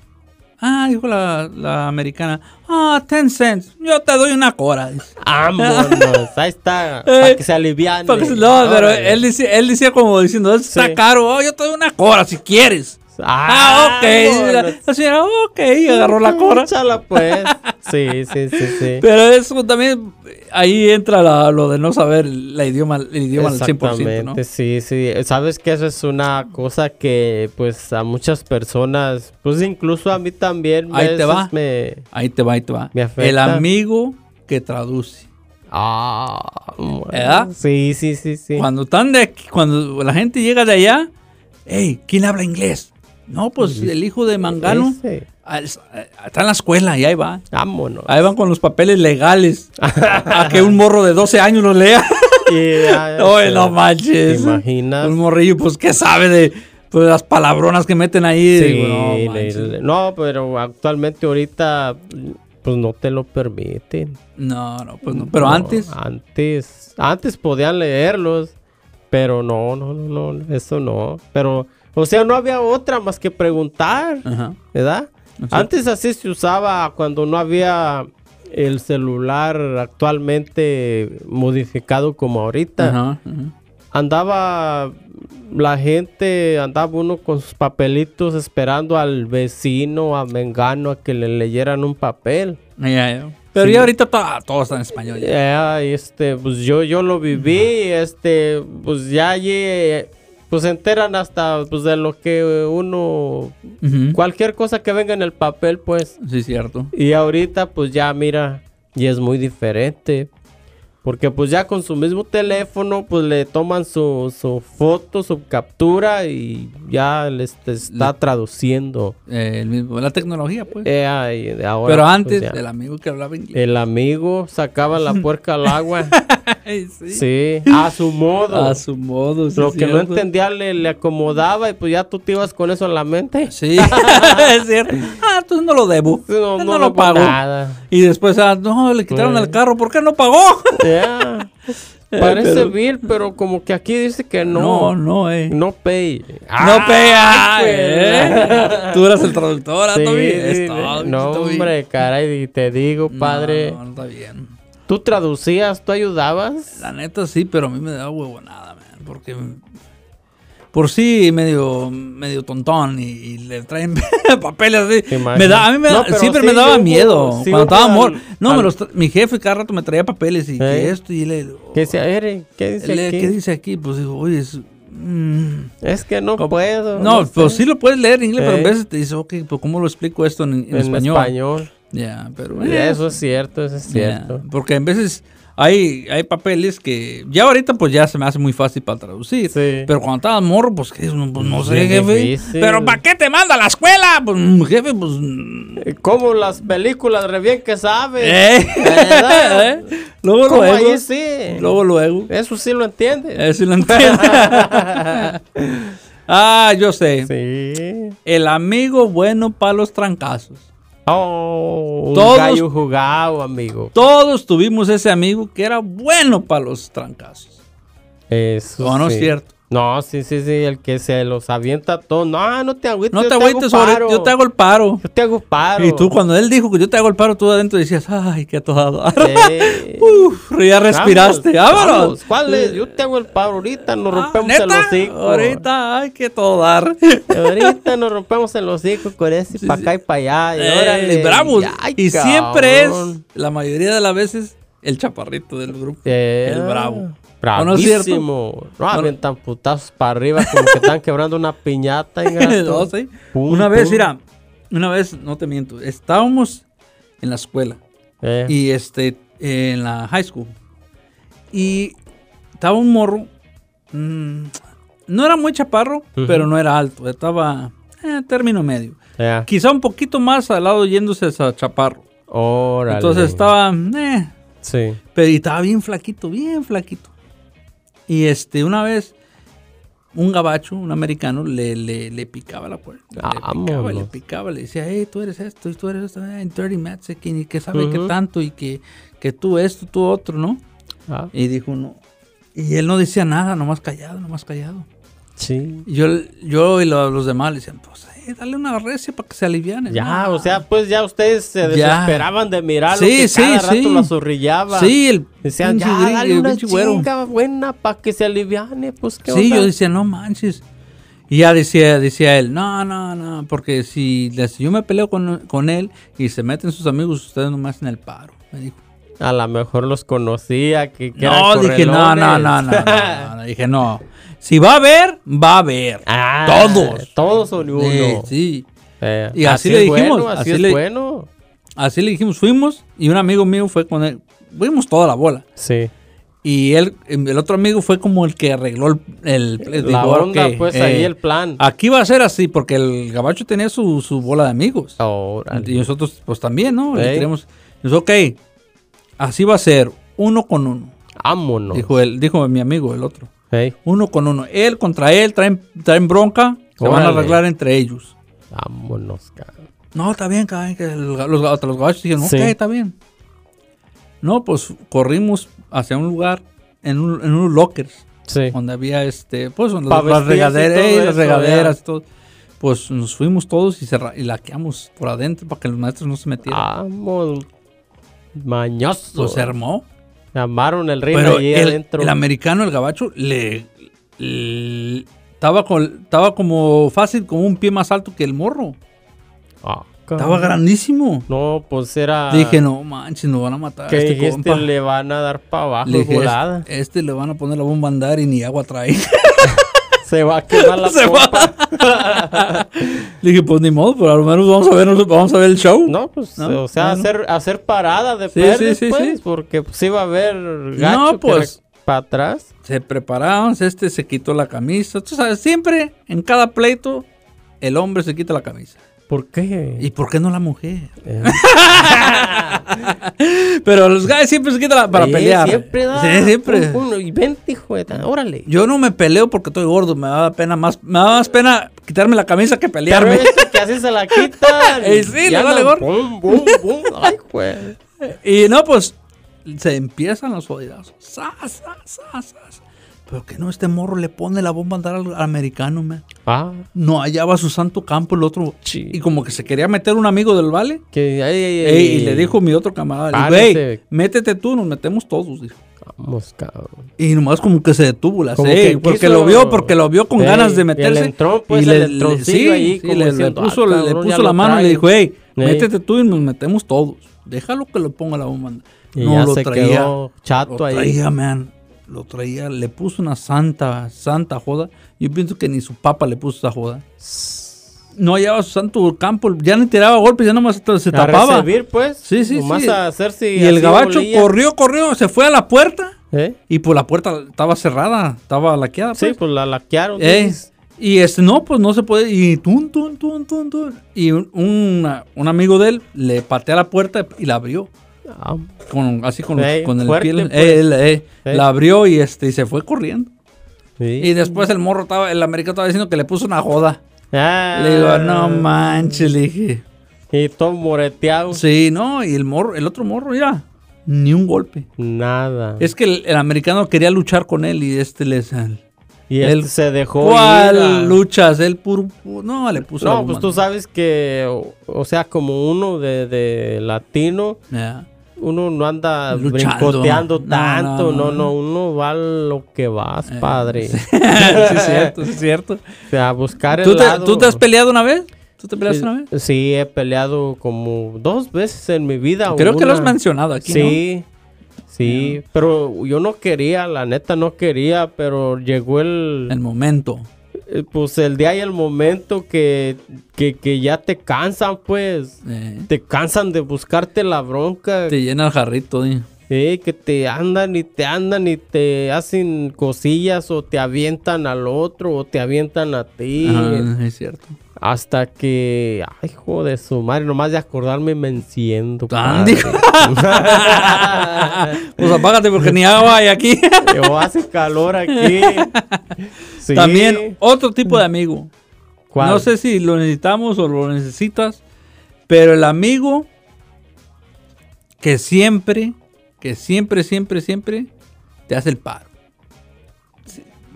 S1: Ah, dijo la, la americana, ah, 10 cents, yo te doy una cora. dice.
S2: Vámonos,
S1: *laughs*
S2: ahí está.
S1: Eh,
S2: para que se aliviane.
S1: Porque- no, pero
S2: Órale.
S1: él decía, él decía como diciendo, está
S2: Sí.
S1: caro, oh, yo te doy una cora si quieres. Ah, ok. dice la-
S2: vámonos.
S1: La señora, ok, y agarró la cora.
S2: Échala, pues. Sí, sí, sí,
S1: *laughs*
S2: sí.
S1: Pero eso también, ahí entra la- lo de no saber la idioma, el idioma al 100%, ¿no?
S2: sí, sí. Sabes que eso es una cosa que, pues, a muchas personas, pues, incluso a mí también.
S1: Ahí te
S2: veces
S1: va.
S2: Me...
S1: Ahí te va, ahí te va.
S2: Me afecta.
S1: El amigo que traduce.
S2: Ah, bueno.
S1: ¿Verdad?
S2: Sí, sí, sí, sí.
S1: Cuando están de aquí- cuando la gente llega de allá, hey, ¿quién habla inglés? No, pues el hijo de Mangano
S2: Ese.
S1: ah, es- ah, está en la escuela y ahí va.
S2: Vámonos.
S1: Ahí van con los papeles legales a que un morro de 12 años los
S2: *laughs*
S1: lea. *laughs*
S2: Y ya,
S1: Oye,
S2: o
S1: no
S2: sea,
S1: manches.
S2: ¿Te imaginas?
S1: Un morrillo, pues, ¿qué sabe de pues, las palabronas que meten ahí?
S2: Sí,
S1: Digo, no,
S2: le-
S1: manches.
S2: le- no, pero actualmente ahorita pues no te lo permiten.
S1: no, no, pues no. Pero
S2: No,
S1: antes,
S2: Antes, antes podían leerlos, pero no, no, no, no, eso no. Pero, o sea, no había otra más que preguntar,
S1: ajá,
S2: ¿verdad?
S1: Exacto.
S2: Antes así se usaba cuando no había el celular actualmente modificado como ahorita
S1: ajá, ajá.
S2: andaba la gente, andaba uno con sus papelitos esperando al vecino, a Mengano, a que le leyeran un papel.
S1: Ya, ya. Pero
S2: Sí.
S1: ya ahorita to- ah, todo está en español. ya.
S2: Ya, este, pues yo, yo lo viví, este, pues ya allí, eh, pues se enteran hasta pues, de lo que uno,
S1: Ujú.
S2: cualquier cosa que venga en el papel, pues.
S1: Sí, cierto.
S2: Y ahorita pues ya mira, y es muy diferente. Porque pues ya con su mismo teléfono pues le toman su, su foto, su captura y ya les te está traduciendo.
S1: Eh, el mismo, la tecnología, pues.
S2: Eh, ay, de ahora,
S1: Pero
S2: pues,
S1: antes,
S2: ya.
S1: el amigo que hablaba
S2: *laughs*
S1: inglés.
S2: el amigo
S1: *laughs*
S2: sacaba la puerca al agua.
S1: Ay, sí.
S2: sí, a su modo.
S1: A su modo. sí,
S2: Lo que no
S1: cierto.
S2: entendía le, le acomodaba y pues ya tú te ibas con eso en
S1: *laughs*
S2: la mente.
S1: Sí,
S2: *laughs*
S1: es cierto. Ah, entonces no lo debo.
S2: No,
S1: No,
S2: no
S1: lo
S2: debo
S1: pagó.
S2: nada.
S1: Y después, ah, no, le quitaron
S2: Pues.
S1: el carro. ¿Por qué no pagó? *laughs*
S2: Ya. Parece
S1: pero-
S2: vil, pero como que aquí dice que
S1: No, no, eh.
S2: No pay. Ah,
S1: no pega.
S2: pues.
S1: eh. Tú eras el traductor, ah,
S2: Sí,
S1: Toby.
S2: sí,
S1: Es todo,
S2: no,
S1: Toby.
S2: hombre, caray, y te digo,
S1: No,
S2: padre.
S1: No, no está bien.
S2: ¿Tú traducías? ¿Tú ayudabas?
S1: La neta sí, pero a mí me da huevonada, man. Porque por sí medio, medio tontón y, y le traen *laughs* papeles así.
S2: Te imaginas.
S1: Me da, a mí me da-
S2: No, pero
S1: siempre
S2: sí
S1: me daba
S2: hubo-
S1: miedo.
S2: sí
S1: Cuando
S2: hubo
S1: estaba
S2: al-
S1: amor. No, me
S2: al-
S1: los tra- mi jefe cada rato me traía papeles y que
S2: ¿Eh?
S1: esto y le.
S2: ¿Qué dice, Eric? ¿Qué dice
S1: le-
S2: aquí?
S1: ¿Qué dice aquí? Pues digo, oye, es. mm,
S2: Es que no
S1: ¿cómo?
S2: puedo.
S1: No,
S2: sé.
S1: pues sí lo puedes leer en inglés, pero
S2: ¿Eh?
S1: en veces te dice, ok, pues ¿cómo lo explico esto en, en
S2: En
S1: español?
S2: español.
S1: Ya, pero. eh,
S2: Eso es cierto, eso es cierto.
S1: ya, porque en veces hay, hay papeles que ya ahorita pues ya se me hace muy fácil para traducir.
S2: Sí.
S1: Pero cuando estaba morro, pues, ¿qué? No, pues, no sé,
S2: Bien
S1: jefe.
S2: difícil.
S1: Pero ¿para qué te manda a la escuela? Pues mm, jefe, pues... mm,
S2: Como las películas, re bien que sabes.
S1: *laughs* eh.
S2: ¿Verdad?
S1: luego,
S2: Como
S1: luego.
S2: ahí sí.
S1: Luego, luego.
S2: Eso sí lo entiendes.
S1: Eh, si lo
S2: *laughs*
S1: entiendo. ah, yo sé.
S2: Sí.
S1: El amigo bueno para los trancazos.
S2: Oh, un
S1: Todos-
S2: gallo jugado, amigo.
S1: Todos tuvimos ese amigo que era bueno para los trancazos.
S2: Eso
S1: ¿O no
S2: sí.
S1: es cierto?
S2: No, sí, sí, sí, el que se los avienta todo. No, no te agüites.
S1: No te
S2: hago
S1: agüites sobre,
S2: paro.
S1: yo te hago el paro.
S2: Yo te hago paro.
S1: Y tú cuando él dijo que yo te hago el paro, tú adentro decías, ay, qué atojado. *laughs*
S2: Sí.
S1: Uf, ya respiraste,
S2: Vamos,
S1: vámonos.
S2: vamos, ¿Cuál es? Yo te hago el paro ahorita, nos
S1: Ah,
S2: rompemos el
S1: ¿neta?
S2: hocico.
S1: Ahorita hay que todar.
S2: Ahorita nos rompemos el hocico con ese para acá y para allá. Y órale.
S1: Eh, bravos.
S2: Ay,
S1: y siempre es,
S2: cabrón.
S1: la mayoría de las veces, el chaparrito del grupo.
S2: Eh,
S1: el bravo. ¿O no es cierto?
S2: Bravísimo. No,
S1: no?
S2: avientan putazos para arriba como que están quebrando
S1: *laughs*
S2: una piñata. ingrato.
S1: No, sí.
S2: Pum,
S1: Una vez,
S2: pum.
S1: mira, una vez, no te miento, estábamos en la escuela
S2: Eh,
S1: y este, en la high school. Y estaba un morro, mm, no era muy chaparro,
S2: Ujú.
S1: pero no era alto, estaba eh, término medio.
S2: eh,
S1: Quizá un poquito más al lado yéndose a chaparro.
S2: órale.
S1: Entonces estaba, eh,
S2: Sí.
S1: pero y estaba bien flaquito, bien flaquito. Y este, una vez, un gabacho, un americano, le, le, le picaba la puerta. Le picaba,
S2: Vámonos.
S1: le picaba, le decía, hey, tú eres esto, y tú eres esto, eh, en 30 minutes, que, ni- que sabe que
S2: Ujú.
S1: tanto, y que, que tú esto, tú otro, ¿no?
S2: Ah,
S1: Y dijo, no. Y él no decía nada, nomás callado, nomás callado.
S2: sí.
S1: Y yo, yo y lo- los demás le decían, pues, eh, dale una recia para que se alivianen.
S2: Ya,
S1: ¿no?
S2: o sea, pues ya ustedes se
S1: Ya.
S2: desesperaban de mirarlo.
S1: Sí,
S2: que
S1: sí,
S2: cada rato
S1: sí.
S2: lo azorrillaba.
S1: Sí, el
S2: Decían,
S1: pinche
S2: ya,
S1: gri-
S2: dale
S1: el
S2: una
S1: pinche güero.
S2: chinga buena para que se aliviane, pues, ¿qué
S1: Sí,
S2: onda?
S1: yo decía, no manches. Y ya decía, decía él, no, no, no, porque si, les- yo me peleo con, con él y se meten sus amigos, ustedes nomás en el paro. Me dijo.
S2: A lo mejor los conocía, que, que
S1: No,
S2: eran
S1: dije, no, no,
S2: correlones.
S1: no, no, no, no, *laughs* no". Dije, no. Si va a haber, va a haber.
S2: *laughs* Ah,
S1: Todos.
S2: Todos son uno.
S1: Sí, sí.
S2: Eh,
S1: Y así le
S2: es
S1: dijimos,
S2: bueno, así,
S1: así
S2: es
S1: le-
S2: bueno.
S1: Así le dijimos, fuimos y un amigo mío fue con él. Fuimos toda la bola.
S2: Sí.
S1: Y él, em, el otro amigo fue como el que arregló el... el
S2: La
S1: dijo,
S2: onda,
S1: "Ok,
S2: pues,
S1: eh,
S2: ahí el plan.
S1: Aquí va a ser así, porque el gabacho tenía su, su bola de amigos.
S2: Órale.
S1: Y nosotros, pues también, ¿no? Le
S2: Ey.
S1: queremos. Dice, ok, así va a ser, uno con uno.
S2: Vámonos.
S1: Dijo él, dijo mi amigo, el otro.
S2: Ey,
S1: Uno con uno. Él contra él, traen, traen bronca, se van a
S2: Órale.
S1: arreglar entre ellos.
S2: vámonos, cabrón.
S1: No, está bien, cabrón, que el ga- los, ga- hasta los gabachos dijeron,
S2: Sí.
S1: ok, está bien. No, pues corrimos hacia un lugar, en, un, en unos lockers,
S2: Sí.
S1: donde había este, pues las,
S2: Pa'
S1: las
S2: vestirse y
S1: regaderas,
S2: todo
S1: ey, las
S2: eso,
S1: regaderas, y todo. Pues nos fuimos todos y, cerra- y laqueamos por adentro para que los maestros no se
S2: Ah,
S1: metieran.
S2: Vámonos. Mañoso.
S1: Ah. pues se armó.
S2: Llamaron el reino
S1: Pero
S2: ahí
S1: el,
S2: adentro.
S1: el americano, el gabacho, le, le- estaba, con, estaba como fácil, como un pie más alto que el morro.
S2: Ah,
S1: Estaba
S2: cabrón.
S1: grandísimo.
S2: No, pues era.
S1: Dije, no manches, nos van a matar a
S2: que
S1: este
S2: dijiste,
S1: compa.
S2: le van a dar para abajo
S1: Le dije,
S2: volada.
S1: este, este le van a poner la bomba a andar y ni agua trae. *laughs*
S2: *laughs* Se va a quemar la
S1: Se va.
S2: pompa.
S1: le dije, pues ni modo, pero al menos vamos a ver, vamos a ver el show.
S2: No, pues,
S1: No,
S2: o sea,
S1: no, no.
S2: hacer, hacer parada de
S1: Sí,
S2: perder,
S1: sí, sí,
S2: pues,
S1: sí.
S2: porque pues iba a haber gacho
S1: pues.
S2: para atrás.
S1: Se prepararon, este se quitó la camisa. Tú sabes, siempre en cada pleito el hombre se quita la camisa.
S2: ¿Por qué?
S1: ¿Y por qué no la mujer?
S2: Eh,
S1: Pero los guys siempre se quitan la- para
S2: sí,
S1: pelear.
S2: Siempre da.
S1: Sí, siempre.
S2: Pum, pum, y 20, hijo de ta- órale.
S1: Yo no me peleo porque estoy gordo. Me da pena más, me da más pena quitarme la camisa que
S2: Pero
S1: pelearme.
S2: esto que así se
S1: *laughs*
S2: la quitan.
S1: Eh, sí,
S2: Y
S1: le vale
S2: andan,
S1: gorro.
S2: Pum, pum, pum. Ay, güey.
S1: y no, pues se empiezan los jodidazos. Sa, sa, sa, sa, sa. Pero que no, este morro le pone la bomba a andar al, al americano, man.
S2: Ah,
S1: No hallaba su santo campo el otro.
S2: Sí.
S1: Y como que se quería meter un amigo del vale.
S2: que ay, ay, ay.
S1: Ey, y le dijo mi otro camarada, le dijo,
S2: Párese.
S1: "Ey, métete tú, nos metemos todos, dijo.
S2: Vamos, cabrón.
S1: Y nomás como que se detuvo la
S2: Como
S1: sí,
S2: que
S1: porque
S2: quiso-
S1: lo vio, porque lo vio con
S2: Ey,
S1: ganas de
S2: y le
S1: meterse.
S2: entró, pues, el entroncillo
S1: sí,
S2: ahí,
S1: sí,
S2: como
S1: le- le,
S2: diciendo,
S1: puso,
S2: "Ah,
S1: le
S2: cabrón,
S1: puso
S2: ya
S1: la
S2: lo
S1: mano y le
S2: trae".
S1: dijo, hey,
S2: Ey.
S1: métete tú y nos metemos todos. Déjalo que lo ponga la bomba.
S2: Y
S1: no
S2: ya
S1: lo
S2: se
S1: traía.
S2: quedó
S1: Lo
S2: chato ahí.
S1: traía, man. Lo traía, le puso una santa, santa joda. Yo pienso que ni su papa le puso esa joda. No hallaba su santo campo, ya ni tiraba golpes, ya nomás se se
S2: a
S1: tapaba.
S2: recibir, pues.
S1: Sí, sí,
S2: Nomás
S1: sí.
S2: a hacerse
S1: Y el
S2: así
S1: gabacho
S2: bolilla.
S1: corrió, corrió, se fue a la puerta
S2: ¿Eh?
S1: y pues la puerta estaba cerrada, estaba laqueada.
S2: Sí,
S1: Pues.
S2: pues la laquearon.
S1: Eh,
S2: dices.
S1: y este, no, pues no se puede. Y tun, tun, tun, tun, tun. Y un, una- un amigo de él le patea la puerta y la abrió.
S2: Ah,
S1: Con, así con,
S2: Ey,
S1: con el
S2: fuerte,
S1: pie.
S2: pues.
S1: Él, eh,
S2: Ey.
S1: La abrió y, este, y se fue corriendo.
S2: sí.
S1: Y después el morro estaba, el americano estaba diciendo que le puso una joda.
S2: Ah,
S1: Le digo, no manches, le dije.
S2: Y todo moreteado.
S1: Sí, no, y el morro, el otro morro, ya, ni un golpe.
S2: Nada.
S1: Es que el, el americano quería luchar con él y este les.
S2: Y él
S1: Él-
S2: se dejó. ir a-
S1: ¿Cuál luchas? Él puro. No, le puso.
S2: No,
S1: algo
S2: pues
S1: más.
S2: tú sabes que, o, o sea, como uno de, de latino,
S1: Ya.
S2: uno no anda
S1: Luchando.
S2: brincoteando
S1: No, no,
S2: tanto. No no,
S1: no, no.
S2: uno va a lo que vas,
S1: Eh, *laughs*
S2: padre.
S1: sí, es cierto, sí, es cierto.
S2: O sea, a buscar el
S1: ¿Tú te,
S2: lado-
S1: tú te has peleado una vez? ¿Tú te peleaste una vez?
S2: Sí, sí, he peleado como dos veces en mi vida.
S1: Creo que lo has
S2: Ah, una.
S1: mencionado aquí. ¿no?
S2: Sí, sí, pero yo no quería, la neta no quería, pero llegó el,
S1: El momento.
S2: eh, pues el día y el momento que, que, que ya te cansan, pues,
S1: eh,
S2: te cansan de buscarte la bronca,
S1: te llena el jarrito. di.
S2: eh, que te andan y te andan y te hacen cosillas o te avientan al otro o te avientan a ti.
S1: Ajá, es cierto.
S2: Hasta que, ay, hijo de su madre, nomás de acordarme me enciendo.
S1: Tan-
S2: padre.
S1: Pues apágate porque ni agua hay aquí.
S2: *laughs* Yo hace calor aquí.
S1: *laughs*
S2: Sí.
S1: También otro tipo de amigo.
S2: ¿Cuál?
S1: No sé si lo necesitamos o lo necesitas, pero el amigo que siempre, que siempre, siempre, siempre te hace el paro.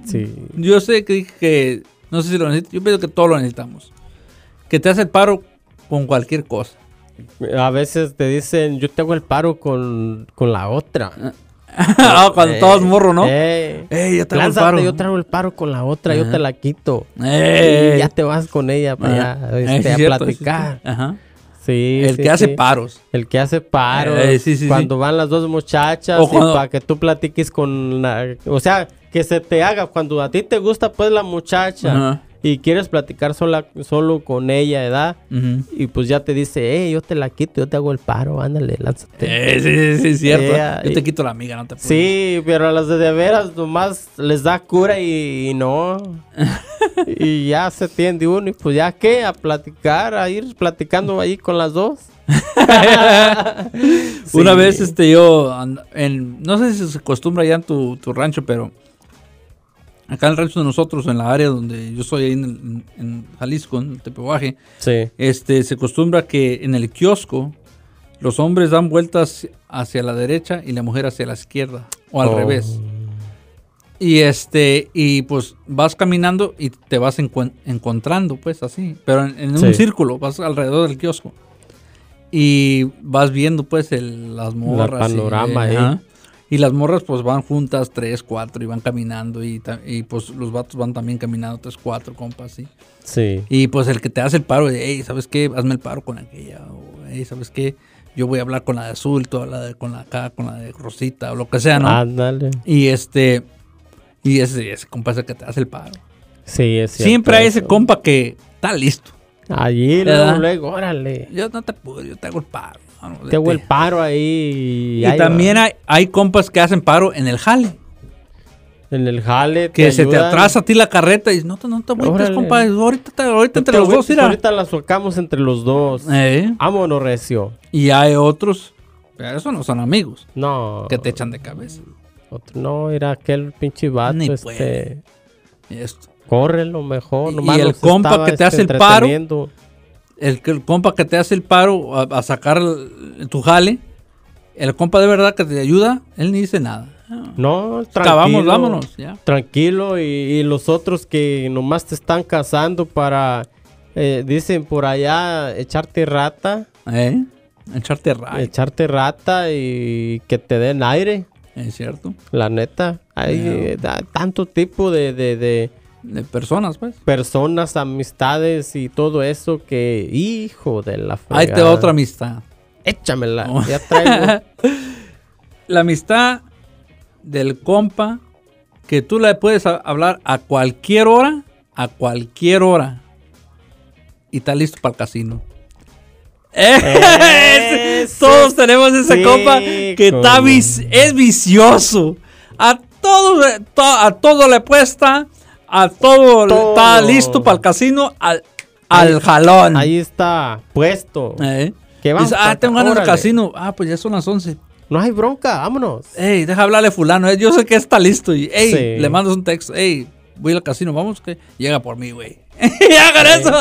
S2: Sí.
S1: Yo sé que, que- no sé si lo necesitas, yo pienso que todos lo necesitamos. Que te hace el paro con cualquier cosa. *laughs*
S2: A veces te dicen, yo te hago el paro con, con la otra.
S1: Ah, cuando
S2: Eh,
S1: estabas morro, ¿no?
S2: eh,
S1: Ey, yo te hago el
S2: lánzate,
S1: paro.
S2: yo te hago el paro con la otra, yo
S1: Ajá.
S2: te la quito.
S1: Ey.
S2: Y ya te vas con ella para
S1: Ajá. *laughs*
S2: allá,
S1: Eh,
S2: este,
S1: sí,
S2: a
S1: cierto, sí,
S2: platicar.
S1: sí. Ajá.
S2: Sí,
S1: El
S2: sí,
S1: que hace
S2: sí.
S1: paros.
S2: El que hace paro.
S1: Eh, sí, sí,
S2: cuando van las dos muchachas
S1: O cuando-
S2: para que tú platiques con la... O sea, que se te haga. Cuando a ti te gusta pues la muchacha
S1: Ajá.
S2: y quieres platicar sola, solo con ella, ¿verdad?
S1: Ujú.
S2: Y pues ya te dice, eh, yo te la quito, yo te hago el paro, ándale, lánzate.
S1: Eh, sí, sí, sí, cierto.
S2: Eh,
S1: yo te
S2: eh.
S1: quito la amiga, no te apures.
S2: Sí, pero a las de, de veras nomás les da cura y, y no.
S1: *laughs*
S2: y ya se tiende uno y pues ya qué, a platicar, a ir platicando ahí con las dos. Sí.
S1: *laughs* Una vez este yo and- en no sé si se acostumbra allá en tu, tu rancho, pero acá en el rancho de nosotros, en la área donde yo soy ahí en, el- en Jalisco, en Tepehuaje,
S2: Sí.
S1: este se acostumbra que en el kiosco los hombres dan vueltas hacia la derecha y la mujer hacia la izquierda o al
S2: Oh.
S1: revés. Y este, y pues vas caminando y te vas encuen- encontrando, pues así, pero en, en
S2: Sí.
S1: un círculo, vas alrededor del kiosco. Y vas viendo, pues, el- las morras. y-
S2: panorama,
S1: ajá. y,
S2: eh.
S1: las morras, pues, van juntas tres, cuatro, y van caminando. Y, ta- y, pues, los vatos van también caminando tres, cuatro, compas, sí.
S2: Sí.
S1: Y pues el que te hace el paro, de, hey, ¿sabes qué? Hazme el paro con aquella. O, hey, ¿sabes qué? Yo voy a hablar con la de azul, tú habla de- con la acá, con la de Rosita, o lo que sea,
S2: Ah,
S1: ¿no?
S2: Ándale.
S1: Y este. Y ese, ese compa es el que te hace el paro.
S2: Sí, es cierto
S1: Siempre hay ese
S2: eso.
S1: compa que está listo.
S2: Allí, luego,
S1: ¿Verdad?
S2: luego, órale.
S1: Yo no te puedo, yo te hago el paro. mano,
S2: Te hago el
S1: vete.
S2: paro ahí.
S1: Y
S2: ahí
S1: también
S2: va.
S1: hay, hay compas que hacen paro en el jale.
S2: en el jale.
S1: Que se te
S2: ayudan.
S1: atrasa a ti la carreta y dices, no, te- no te agüites,
S2: Órale.
S1: compa. Ahorita, te- ahorita
S2: No te
S1: entre los dos,
S2: agüites,
S1: mira.
S2: Ahorita la socamos entre los dos.
S1: Eh,
S2: Vámonos, recio.
S1: y hay otros, pero esos no son amigos,
S2: No.
S1: que te echan de cabeza.
S2: Otro- no, era aquel pinche vato.
S1: Ni
S2: este,
S1: puede. Y esto.
S2: corre lo mejor.
S1: Y-
S2: nomás
S1: y el
S2: nos
S1: compa
S2: estaba,
S1: que te hace el paro.
S2: entreteniendo.
S1: el, que- el compa que te hace el paro a, a sacar el- tu jale, el compa de verdad que te ayuda, él ni dice nada.
S2: No, tranquilo.
S1: Acabamos, vámonos. Ya.
S2: Tranquilo. Y, y los otros que nomás te están cazando para. eh, dicen por allá echarte rata.
S1: ¿Eh? Echarte raya,
S2: Echarte rata y que te den aire.
S1: es cierto.
S2: La neta, hay
S1: Ya.
S2: eh, da- tanto tipo de, de- de
S1: De personas, pues.
S2: personas, amistades y todo eso que, hijo de la fregada.
S1: Ahí te va otra amistad.
S2: Échamela,
S1: No. *laughs*
S2: ya traigo.
S1: La amistad del compa que tú le puedes a- hablar a cualquier hora, a cualquier hora. Y está listo para el casino. *laughs*
S2: Ese
S1: Todos tenemos ese
S2: sí,
S1: compa que está
S2: cómo.
S1: vic- es vicioso. A todo, le- to- a todo le apuesta, a todo, le- está
S2: Todo.
S1: listo para el casino, al, al jalón.
S2: Ahí está, puesto.
S1: Eh.
S2: Que vamos
S1: Dice,
S2: para
S1: ah,
S2: acá,
S1: tengo ganas de
S2: órale.
S1: casino. Ah, pues ya son las 11.
S2: No hay bronca, vámonos.
S1: Ey, deja hablarle a fulano. eh, Yo sé que está listo. Y, ey,
S2: Sí.
S1: le mandas un texto. Ey, voy al casino, vamos, que llega por mí, güey. *laughs* y hagan eso.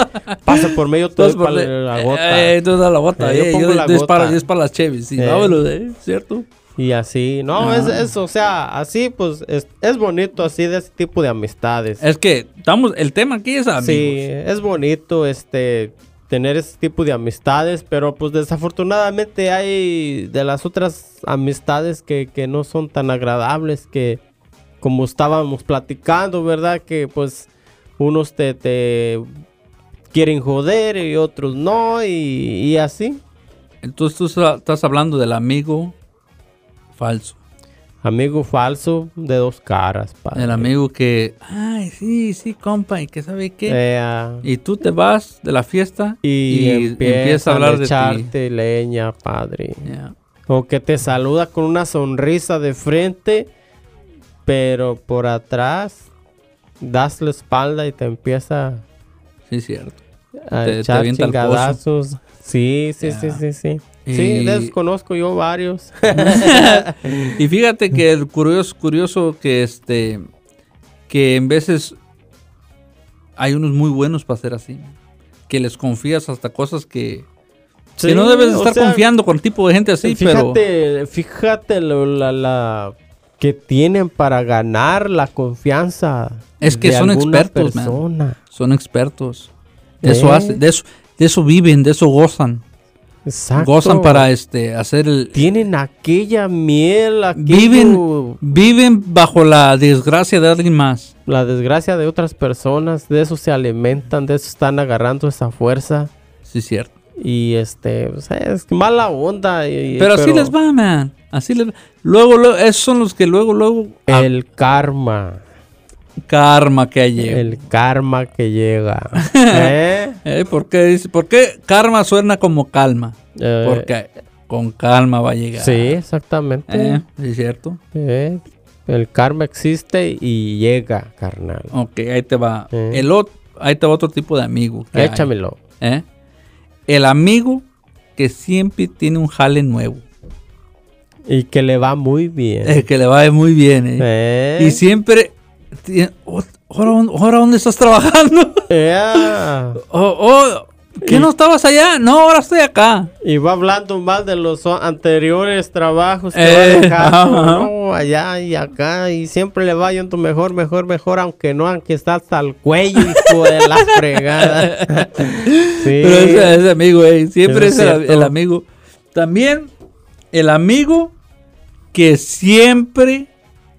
S2: Pasa por medio todo
S1: Entonces,
S2: para
S1: pues,
S2: la
S1: eh,
S2: gota.
S1: eh, entonces a la bota.
S2: Eh, yo
S1: eh,
S2: pongo
S1: yo,
S2: la
S1: yo disparo,
S2: gota.
S1: yo disparo las Chevys. Sí,
S2: Eh.
S1: vámonos, eh, ¿cierto?
S2: Y así, no,
S1: Ah.
S2: es, es, o sea, así pues es, es bonito así de ese tipo de amistades.
S1: Es que estamos, el tema aquí es amigos.
S2: Sí, es bonito este tener ese tipo de amistades, pero pues desafortunadamente hay de las otras amistades que, que no son tan agradables que como estábamos platicando, ¿verdad? Que pues unos te, te quieren joder y otros no y, y así.
S1: Entonces tú sa- estás hablando del amigo falso.
S2: Amigo falso de dos caras, padre.
S1: El amigo que, ay, sí, sí, compa, y que sabe qué.
S2: Eh, ah,
S1: Y tú te vas de la fiesta
S2: y,
S1: y,
S2: empieza,
S1: empieza a hablar de ti.
S2: echarte leña, padre.
S1: Ya.
S2: O que te saluda con una sonrisa de frente, pero por atrás das la espalda y te empieza
S1: Sí, cierto.
S2: a
S1: Te- te
S2: echar
S1: avienta al pozo.
S2: chingadazos. Sí, sí, sí,
S1: Ya.
S2: sí, sí.
S1: Y-
S2: Sí, desconozco yo varios.
S1: Y fíjate que el curioso, curioso que este, que en veces hay unos muy buenos para ser así. Que les confías hasta cosas que, que
S2: Sí,
S1: no debes
S2: o
S1: estar
S2: sea,
S1: confiando con tipo de gente
S2: *laughs*
S1: así, pero...
S2: fíjate, fíjate lo, la, la que tienen para ganar la confianza.
S1: Es que
S2: de
S1: son
S2: alguna
S1: expertos, man.
S2: persona.
S1: Son expertos. De eso
S2: ¿Eh?
S1: hacen, de eso, de eso viven, de eso gozan.
S2: Exacto.
S1: Gozan para este hacer el
S2: tienen aquella miel, aquello-
S1: viven viven bajo la desgracia de alguien más.
S2: la desgracia de otras personas, de eso se alimentan, de eso están agarrando esa fuerza.
S1: Sí, cierto.
S2: Y este, o sea, es que mala onda. y- y-
S1: Pero, así les va, man. Así les va. Luego, luego, esos son los que luego, luego. ah,
S2: El karma.
S1: karma que hay.
S2: El karma que llega.
S1: *laughs*
S2: ¿Eh?
S1: Eh, ¿por, qué dice- ¿Por qué karma suena como calma?
S2: Eh,
S1: Porque con calma va a llegar.
S2: Sí, exactamente.
S1: Eh, sí, cierto.
S2: Eh, el karma existe y llega, carnal.
S1: Ok, ahí te va.
S2: Eh.
S1: El otro, ahí te va otro tipo de amigo. que hay.
S2: Échamelo.
S1: ¿eh? El amigo que siempre tiene un jale nuevo.
S2: Y que le va muy bien.
S1: El *laughs* que le va muy bien, ¿eh?
S2: Eh,
S1: Y siempre... tiene- "Oh, ¿Ahora, dónde- ahora dónde estás trabajando? *laughs*
S2: Eh, yeah.
S1: Oh, oh, ¿Qué no estabas allá? No, ahora estoy acá.
S2: Y va hablando mal de los o- anteriores trabajos que
S1: Eh,
S2: va dejando,
S1: ajá.
S2: ¿no? allá y acá, y siempre le va yendo mejor, mejor, mejor, aunque no, aunque está hasta el cuello, hijo
S1: *laughs*
S2: de las fregadas. sí,
S1: Pero ese, ese amigo, eh, siempre es
S2: Eso es
S1: el,
S2: cierto.
S1: el amigo. También el amigo que siempre,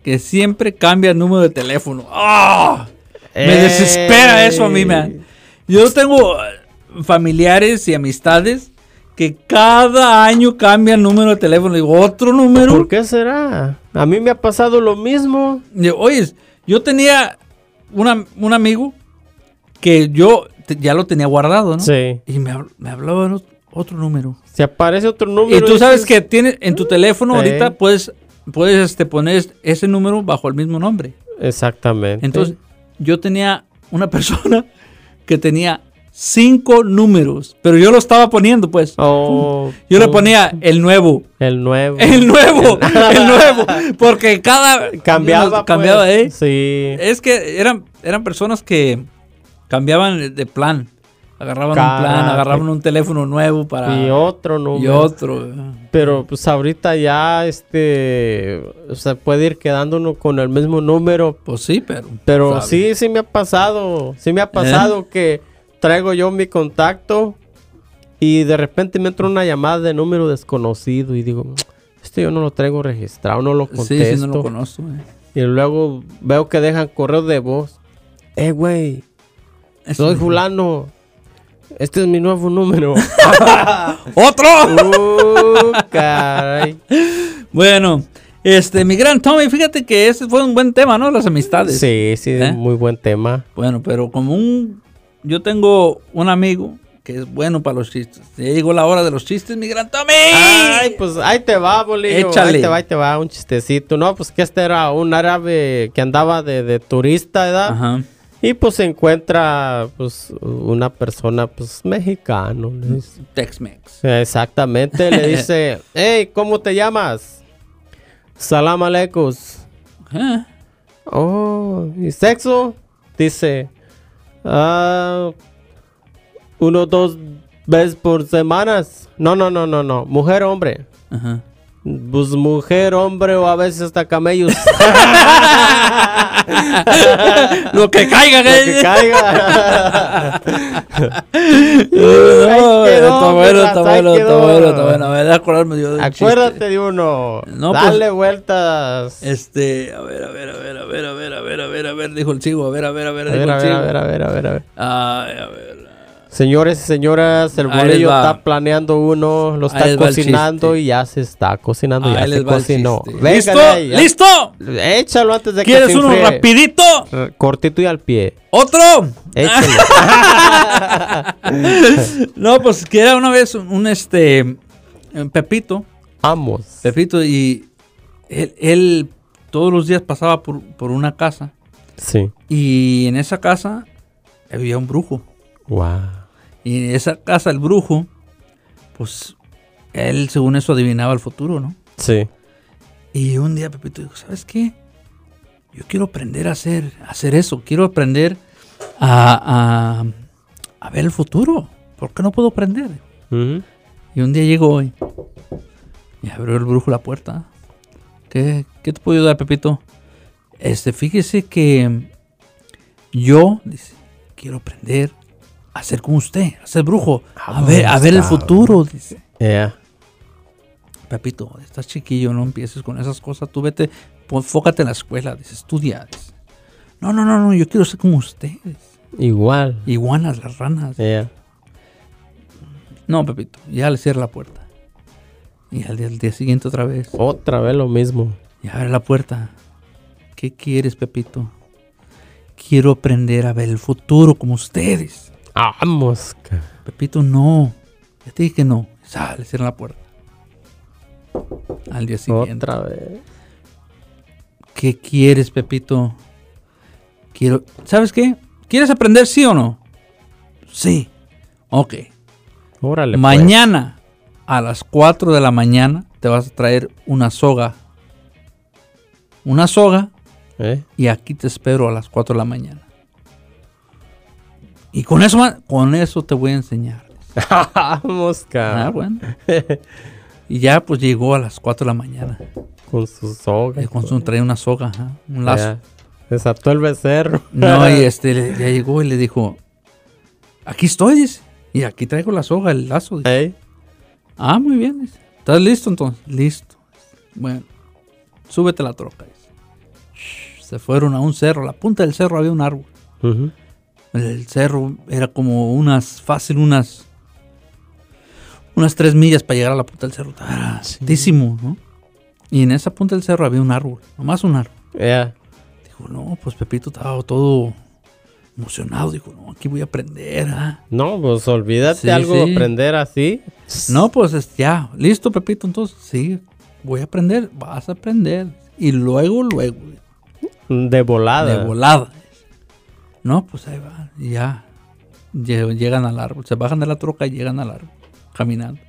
S1: que siempre cambia el número de teléfono. ¡Ah! Me
S2: Ey.
S1: desespera eso a mí, man. Yo tengo eh, familiares y amistades que cada año cambian número de teléfono. Digo, otro número.
S2: ¿Por qué será? A mí me ha pasado lo mismo.
S1: Digo, Oye, yo tenía una- un amigo que yo te- ya lo tenía guardado, ¿no?
S2: Sí.
S1: Y me, habl- me hablaba en ot- otro número.
S2: Se aparece otro número.
S1: Y tú sabes
S2: dices,
S1: que tienes en tu teléfono
S2: Eh.
S1: ahorita puedes, puedes este, poner ese número bajo el mismo nombre.
S2: Exactamente.
S1: Entonces, yo tenía una *laughs* persona que tenía cinco números, pero yo lo estaba poniendo, pues.
S2: Oh,
S1: Yo le
S2: tú,
S1: ponía el nuevo,
S2: El nuevo.
S1: el nuevo, el nuevo, porque cada
S2: Cambiaba.
S1: cambiaba,
S2: pues.
S1: ¿eh?
S2: Sí.
S1: Es que eran eran personas que cambiaban de plan, agarraban un plan,
S2: Caraca.
S1: agarraban un teléfono nuevo para
S2: Y otro número.
S1: Ah. y otro.
S2: Pero pues ahorita ya este se puede ir quedando uno con el mismo número.
S1: Pues sí, pero.
S2: Pero
S1: sabe.
S2: sí, sí me ha pasado. Sí me
S1: ¿Eh?
S2: ha pasado que traigo yo mi contacto y de repente me entra una llamada de número desconocido y digo, esto yo no lo traigo registrado, no lo contesto.
S1: Sí, sí, no lo conozco. eh.
S2: y luego veo que dejan correo de voz. Eh, güey, soy Julano. Este es mi nuevo número.
S1: *laughs*
S2: *laughs*
S1: ¡Otro!
S2: Uh,
S1: *laughs*
S2: caray.
S1: Bueno, este, mi gran Tommy, fíjate que ese fue un buen tema, ¿no? Las amistades.
S2: Sí, sí,
S1: ¿Eh?
S2: muy buen tema.
S1: Bueno, pero como un. Yo tengo un amigo que es bueno para los chistes. Ya llegó la hora de los chistes, mi gran Tommy.
S2: Ay, pues ahí te va, bolillo.
S1: Échale.
S2: Ahí te va, ahí te va, un chistecito. No, pues que este era un árabe que andaba de, de turista, ¿verdad?
S1: Ajá.
S2: Y pues se encuentra, pues, una persona, pues, mexicano. le dice.
S1: Tex-Mex.
S2: Exactamente,
S1: *laughs*
S2: le dice, hey, ¿cómo te llamas? Salam alecos.
S1: Ajá.
S2: Oh, ¿y sexo? Dice, ah, uno, dos veces por semanas. No, no, no, no, no. Mujer, hombre.
S1: Ajá. *laughs*
S2: Pues mujer, hombre o a veces hasta
S1: *laughs*
S2: camellos.
S1: Lo que caiga,
S2: Lo que
S1: güey. *laughs*
S2: caiga.
S1: Está
S2: quedó,
S1: bueno, está
S2: ahí
S1: bueno, está
S2: quedó.
S1: bueno, está bueno. A ver, acordarme yo del chiste.
S2: Acuérdate de uno.
S1: No, pues-
S2: Dale vueltas.
S1: Este, a ver, a ver, a ver, a ver, a ver, a ver, a ver, a ver, dijo el chivo, a ver, a ver, a ver,
S2: A
S1: dijo
S2: ver, a
S1: el
S2: ver,
S1: chivo.
S2: a ver, a ver, a ver, a ver.
S1: Ay, a ver.
S2: Señores y señoras, el
S1: Ahí les
S2: bolillo
S1: va.
S2: está planeando uno, lo está
S1: Ahí les va el
S2: cocinando
S1: chiste.
S2: y ya se está cocinando,
S1: Ahí
S2: ya
S1: les
S2: se
S1: va el
S2: cocinó.
S1: chiste.
S2: Venga
S1: ¿Listo?
S2: de ahí, ya.
S1: ¿Listo?
S2: Échalo antes de que
S1: ¿Quieres
S2: se
S1: uno
S2: enfríe.
S1: rapidito?
S2: R- Cortito y al pie.
S1: ¿Otro?
S2: Échalo.
S1: *laughs* No, pues que era una vez un este un Pepito,
S2: Vamos.
S1: Pepito y él, él todos los días pasaba por, por una casa
S2: Sí.
S1: y en esa casa había un brujo
S2: Wow.
S1: y en esa casa el brujo pues él según eso adivinaba el futuro, ¿no?
S2: Sí.
S1: Y un día Pepito dijo, ¿sabes qué? Yo quiero aprender a hacer, a hacer eso, quiero aprender a, a- a ver el futuro. ¿Por qué no puedo aprender?
S2: Ujú.
S1: Y un día llegó hoy y abrió el brujo la puerta. ¿Qué, qué te puedo ayudar, Pepito? Este, fíjese que yo dice, quiero aprender a ser como usted, a ser brujo, a
S2: Ah,
S1: ver, a ver el
S2: está
S1: futuro, dice.
S2: Yeah.
S1: Pepito, estás chiquillo, no empieces con esas cosas. Tú vete, pon- enfócate en la escuela, dice, estudia. dice. No, no, no, no, yo quiero ser como ustedes.
S2: Igual.
S1: Iguanas las ranas.
S2: Yeah.
S1: No, Pepito, ya le cierra la puerta. Y al día, al día siguiente otra vez.
S2: Otra vez lo mismo.
S1: Y abre la puerta. ¿Qué quieres, Pepito? Quiero aprender a ver el futuro como ustedes.
S2: Ah, Vamos. ca-
S1: Pepito, no. Ya te dije que no. Sale, cierra la puerta. Al día siguiente.
S2: Otra vez.
S1: ¿Qué quieres, Pepito? Quiero. ¿Sabes qué? ¿Quieres aprender sí o no? Sí. Ok.
S2: Órale. pues.
S1: mañana a las 4 de la mañana te vas a traer una soga. Una soga
S2: ¿Eh? *laughs*
S1: y aquí te espero a las 4 de la mañana. Y con eso, ma- con eso te voy a enseñar.
S2: Vamos, ca-
S1: Ah, bueno. *laughs* Y ya pues llegó a las 4 de la mañana.
S2: Con su soga.
S1: Eh, Con su, trae una soga, ajá, un lazo.
S2: Yeah. Desató el becerro. *laughs*
S1: No, y este le- ya llegó y le dijo, aquí estoy, dice, y aquí traigo la soga, el lazo. dice.
S2: Ey.
S1: Ah, muy bien, dice. ¿Estás listo entonces? Listo. Bueno, súbete a la troca. dice. Shh, Se fueron a un cerro, a la punta del cerro había un árbol.
S2: Ujú.
S1: El cerro era como unas, fácil, unas, unas tres millas para llegar a la punta del cerro. Era altísimo, ¿no? Y en esa punta del cerro había un árbol, nomás un árbol.
S2: Yeah.
S1: Dijo, no, pues Pepito estaba todo emocionado. Dijo, no, aquí voy a aprender. ah".
S2: No, pues olvídate
S1: Sí,
S2: algo de
S1: sí.
S2: aprender así.
S1: No, pues es- ya, listo, Pepito. Entonces, sí, voy a aprender, vas a aprender. Y luego, luego,
S2: De volada.
S1: de volada. No, pues ahí va, y ya. Lle- Llegan al árbol, se bajan de la troca y llegan al árbol, caminando.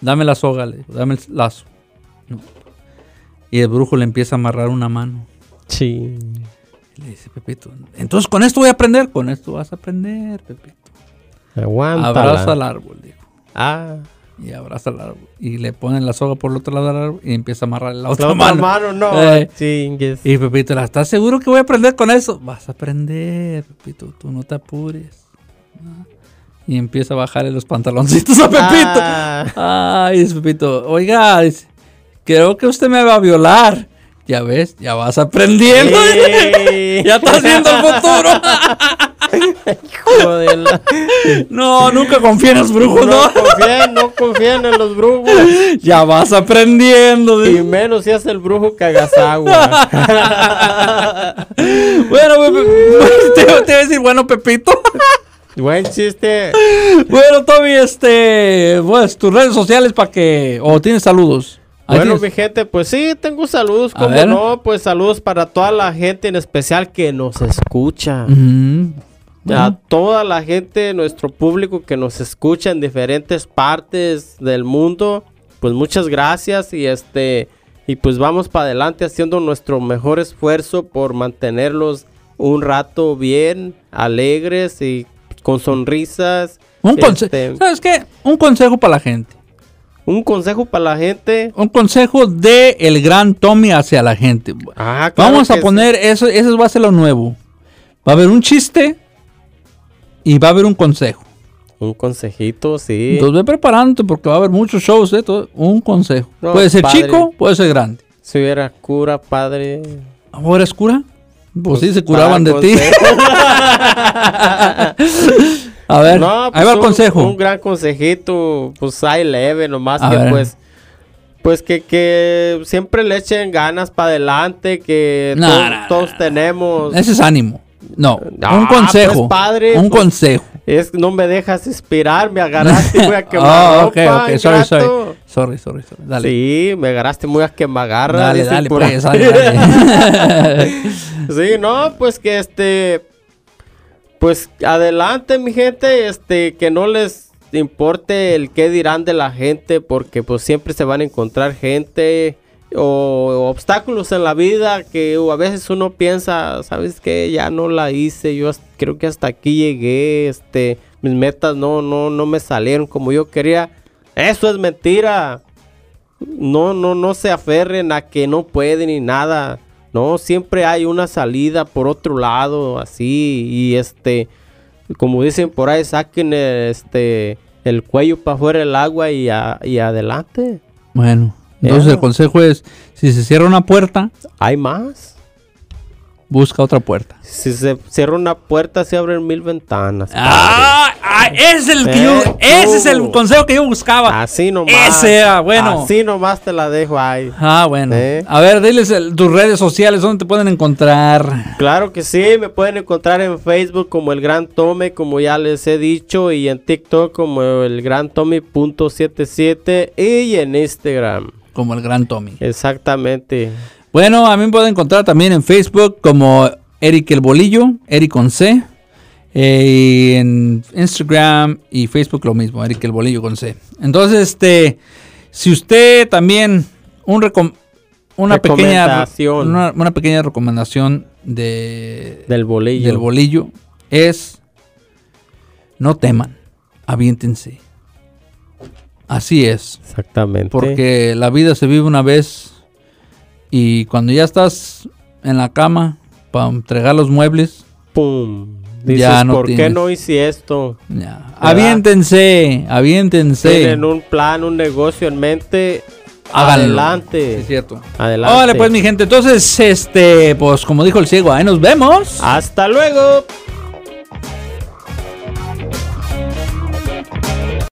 S1: Dame la soga, le dijo, dame el lazo. No. Y el brujo le empieza a amarrar una mano.
S2: Sí.
S1: Y le dice Pepito, entonces con esto voy a aprender, con esto vas a aprender, Pepito. Abraza
S2: Aguántala.
S1: al árbol, dijo.
S2: Ah,
S1: Y abraza al árbol. Y le ponen la soga por el otro lado del árbol y empieza a amarrar la otra,
S2: la otra
S1: mano.
S2: mano, no.
S1: Eh,
S2: Chingues.
S1: y Pepito, ¿la estás seguro que voy a aprender con eso? Vas a aprender, Pepito, tú no te apures. Ah. Y empieza a bajarle los pantaloncitos a Pepito.
S2: Ah,
S1: Ay, dice Pepito, oiga, dice, creo que usted me va a violar. Ya ves, ya vas aprendiendo.
S2: sí.
S1: *laughs* ya estás viendo el futuro. *laughs*
S2: Hijo de la-
S1: no, nunca confía en los brujos,
S2: *laughs* No
S1: ¿no?
S2: confíen, no confíen en los brujos.
S1: *laughs* ya vas aprendiendo. dice.
S2: Y menos si es el brujo que hagas
S1: *laughs*
S2: agua.
S1: Bueno, pe- pe- *laughs* te, te iba a decir, bueno, Pepito. *laughs*
S2: Buen chiste.
S1: Bueno, Tommy, este, pues tus redes sociales para que. O tienes saludos. Ahí
S2: Bueno, mi
S1: tienes.
S2: gente, pues sí, tengo saludos,
S1: A
S2: como
S1: ver.
S2: no, pues saludos para toda la gente en especial que nos escucha.
S1: Mm,
S2: A
S1: bueno,
S2: toda la gente, nuestro público que nos escucha en diferentes partes del mundo, pues muchas gracias y este y pues vamos para adelante haciendo nuestro mejor esfuerzo por mantenerlos un rato bien, alegres y con sonrisas.
S1: un conse-
S2: Este,
S1: ¿Sabes qué? Un consejo para la gente.
S2: Un consejo para la gente.
S1: Un consejo de el gran Tommy hacia la gente.
S2: Ah, claro
S1: Vamos a
S2: que
S1: poner eso, eso va a ser lo nuevo. Va a haber un chiste y va a haber un consejo.
S2: sí. Un consejito, sí.
S1: Entonces ve preparándote porque va a haber muchos shows, ¿eh? Todo- un consejo.
S2: No,
S1: puede ser
S2: padre.
S1: chico, puede ser grande.
S2: Si hubiera cura, padre.
S1: ¿Ahora es cura? Pues, sí, se
S2: para
S1: curaban de ti.
S2: consejo.
S1: *laughs* A ver,
S2: No,
S1: ahí
S2: pues
S1: va el
S2: un-
S1: consejo.
S2: Un gran consejito, pues hay leve nomás
S1: A
S2: que
S1: ver.
S2: pues. Pues que, que siempre le echen ganas para adelante, que
S1: No,
S2: todos,
S1: no, no,
S2: todos
S1: no.
S2: tenemos.
S1: Ese es ánimo. No,
S2: Ah,
S1: un consejo.
S2: pues, padre,
S1: un
S2: pues, *laughs*
S1: consejo.
S2: Es no me dejas inspirar, me agarraste
S1: *laughs*
S2: muy a quemar.
S1: Ah, ok, ok, sorry, sorry. Sorry, sorry, sorry. Dale.
S2: Sí, me agarraste muy a quemagarra.
S1: dale,
S2: dicen
S1: dale,
S2: por
S1: pues,
S2: ahí.
S1: dale,
S2: *laughs*
S1: dale. *laughs*
S2: Sí, no, pues que este. Pues adelante, mi gente, este, que no les importe el qué dirán de la gente, porque pues siempre se van a encontrar gente o, o obstáculos en la vida que o a veces uno piensa, ¿sabes qué? Ya no la hice, yo has- creo que hasta aquí llegué, este, mis metas no, no, no me salieron como yo quería. Eso es mentira. No, no, no se aferren a que no pueden ni nada. No, siempre hay una salida por otro lado, así. Y este, como dicen por ahí, saquen eh, este, el cuello para afuera del agua y, a- y adelante.
S1: Bueno, entonces
S2: Ya.
S1: el consejo es, si se cierra una puerta,
S2: Hay más.
S1: busca otra puerta.
S2: Si se cierra una puerta, se abren mil ventanas.
S1: Ah, ah, ese es el que yo,
S2: Eso.
S1: ese es el consejo que yo
S2: padre.
S1: buscaba.
S2: Así nomás.
S1: Ese era bueno.
S2: Así nomás te la dejo ahí.
S1: Ah, bueno.
S2: Eh.
S1: A ver, diles el- tus redes sociales, ¿dónde te pueden encontrar?
S2: Claro que sí, me pueden encontrar en Facebook como el Gran Tome, como ya les he dicho, y en TikTok como el Gran Tome.77 y en Instagram.
S1: Como el gran Tommy.
S2: Exactamente.
S1: Bueno, a mí me pueden encontrar también en Facebook como Eric el Bolillo, Eric con C. eh, y en Instagram y Facebook lo mismo, Eric el Bolillo con C. Entonces, este, si usted también un recom- una pequeña
S2: Recomendación.
S1: una, una pequeña recomendación de
S2: Del bolillo.
S1: del bolillo es no teman, aviéntense. Así es.
S2: Exactamente.
S1: Porque la vida se vive una vez y cuando ya estás en la cama para entregar los muebles,
S2: Pum. Dices,
S1: Ya no
S2: ¿por
S1: tienes.
S2: qué no hice esto?
S1: ya. aviéntense, aviéntense.
S2: Tienen un plan, un negocio en mente.
S1: Háganlo. Sí,
S2: Adelante.
S1: es cierto.
S2: Adelante.
S1: pues, Órale, pues mi gente, entonces, este, pues como dijo el ciego, ahí nos vemos.
S2: Hasta luego.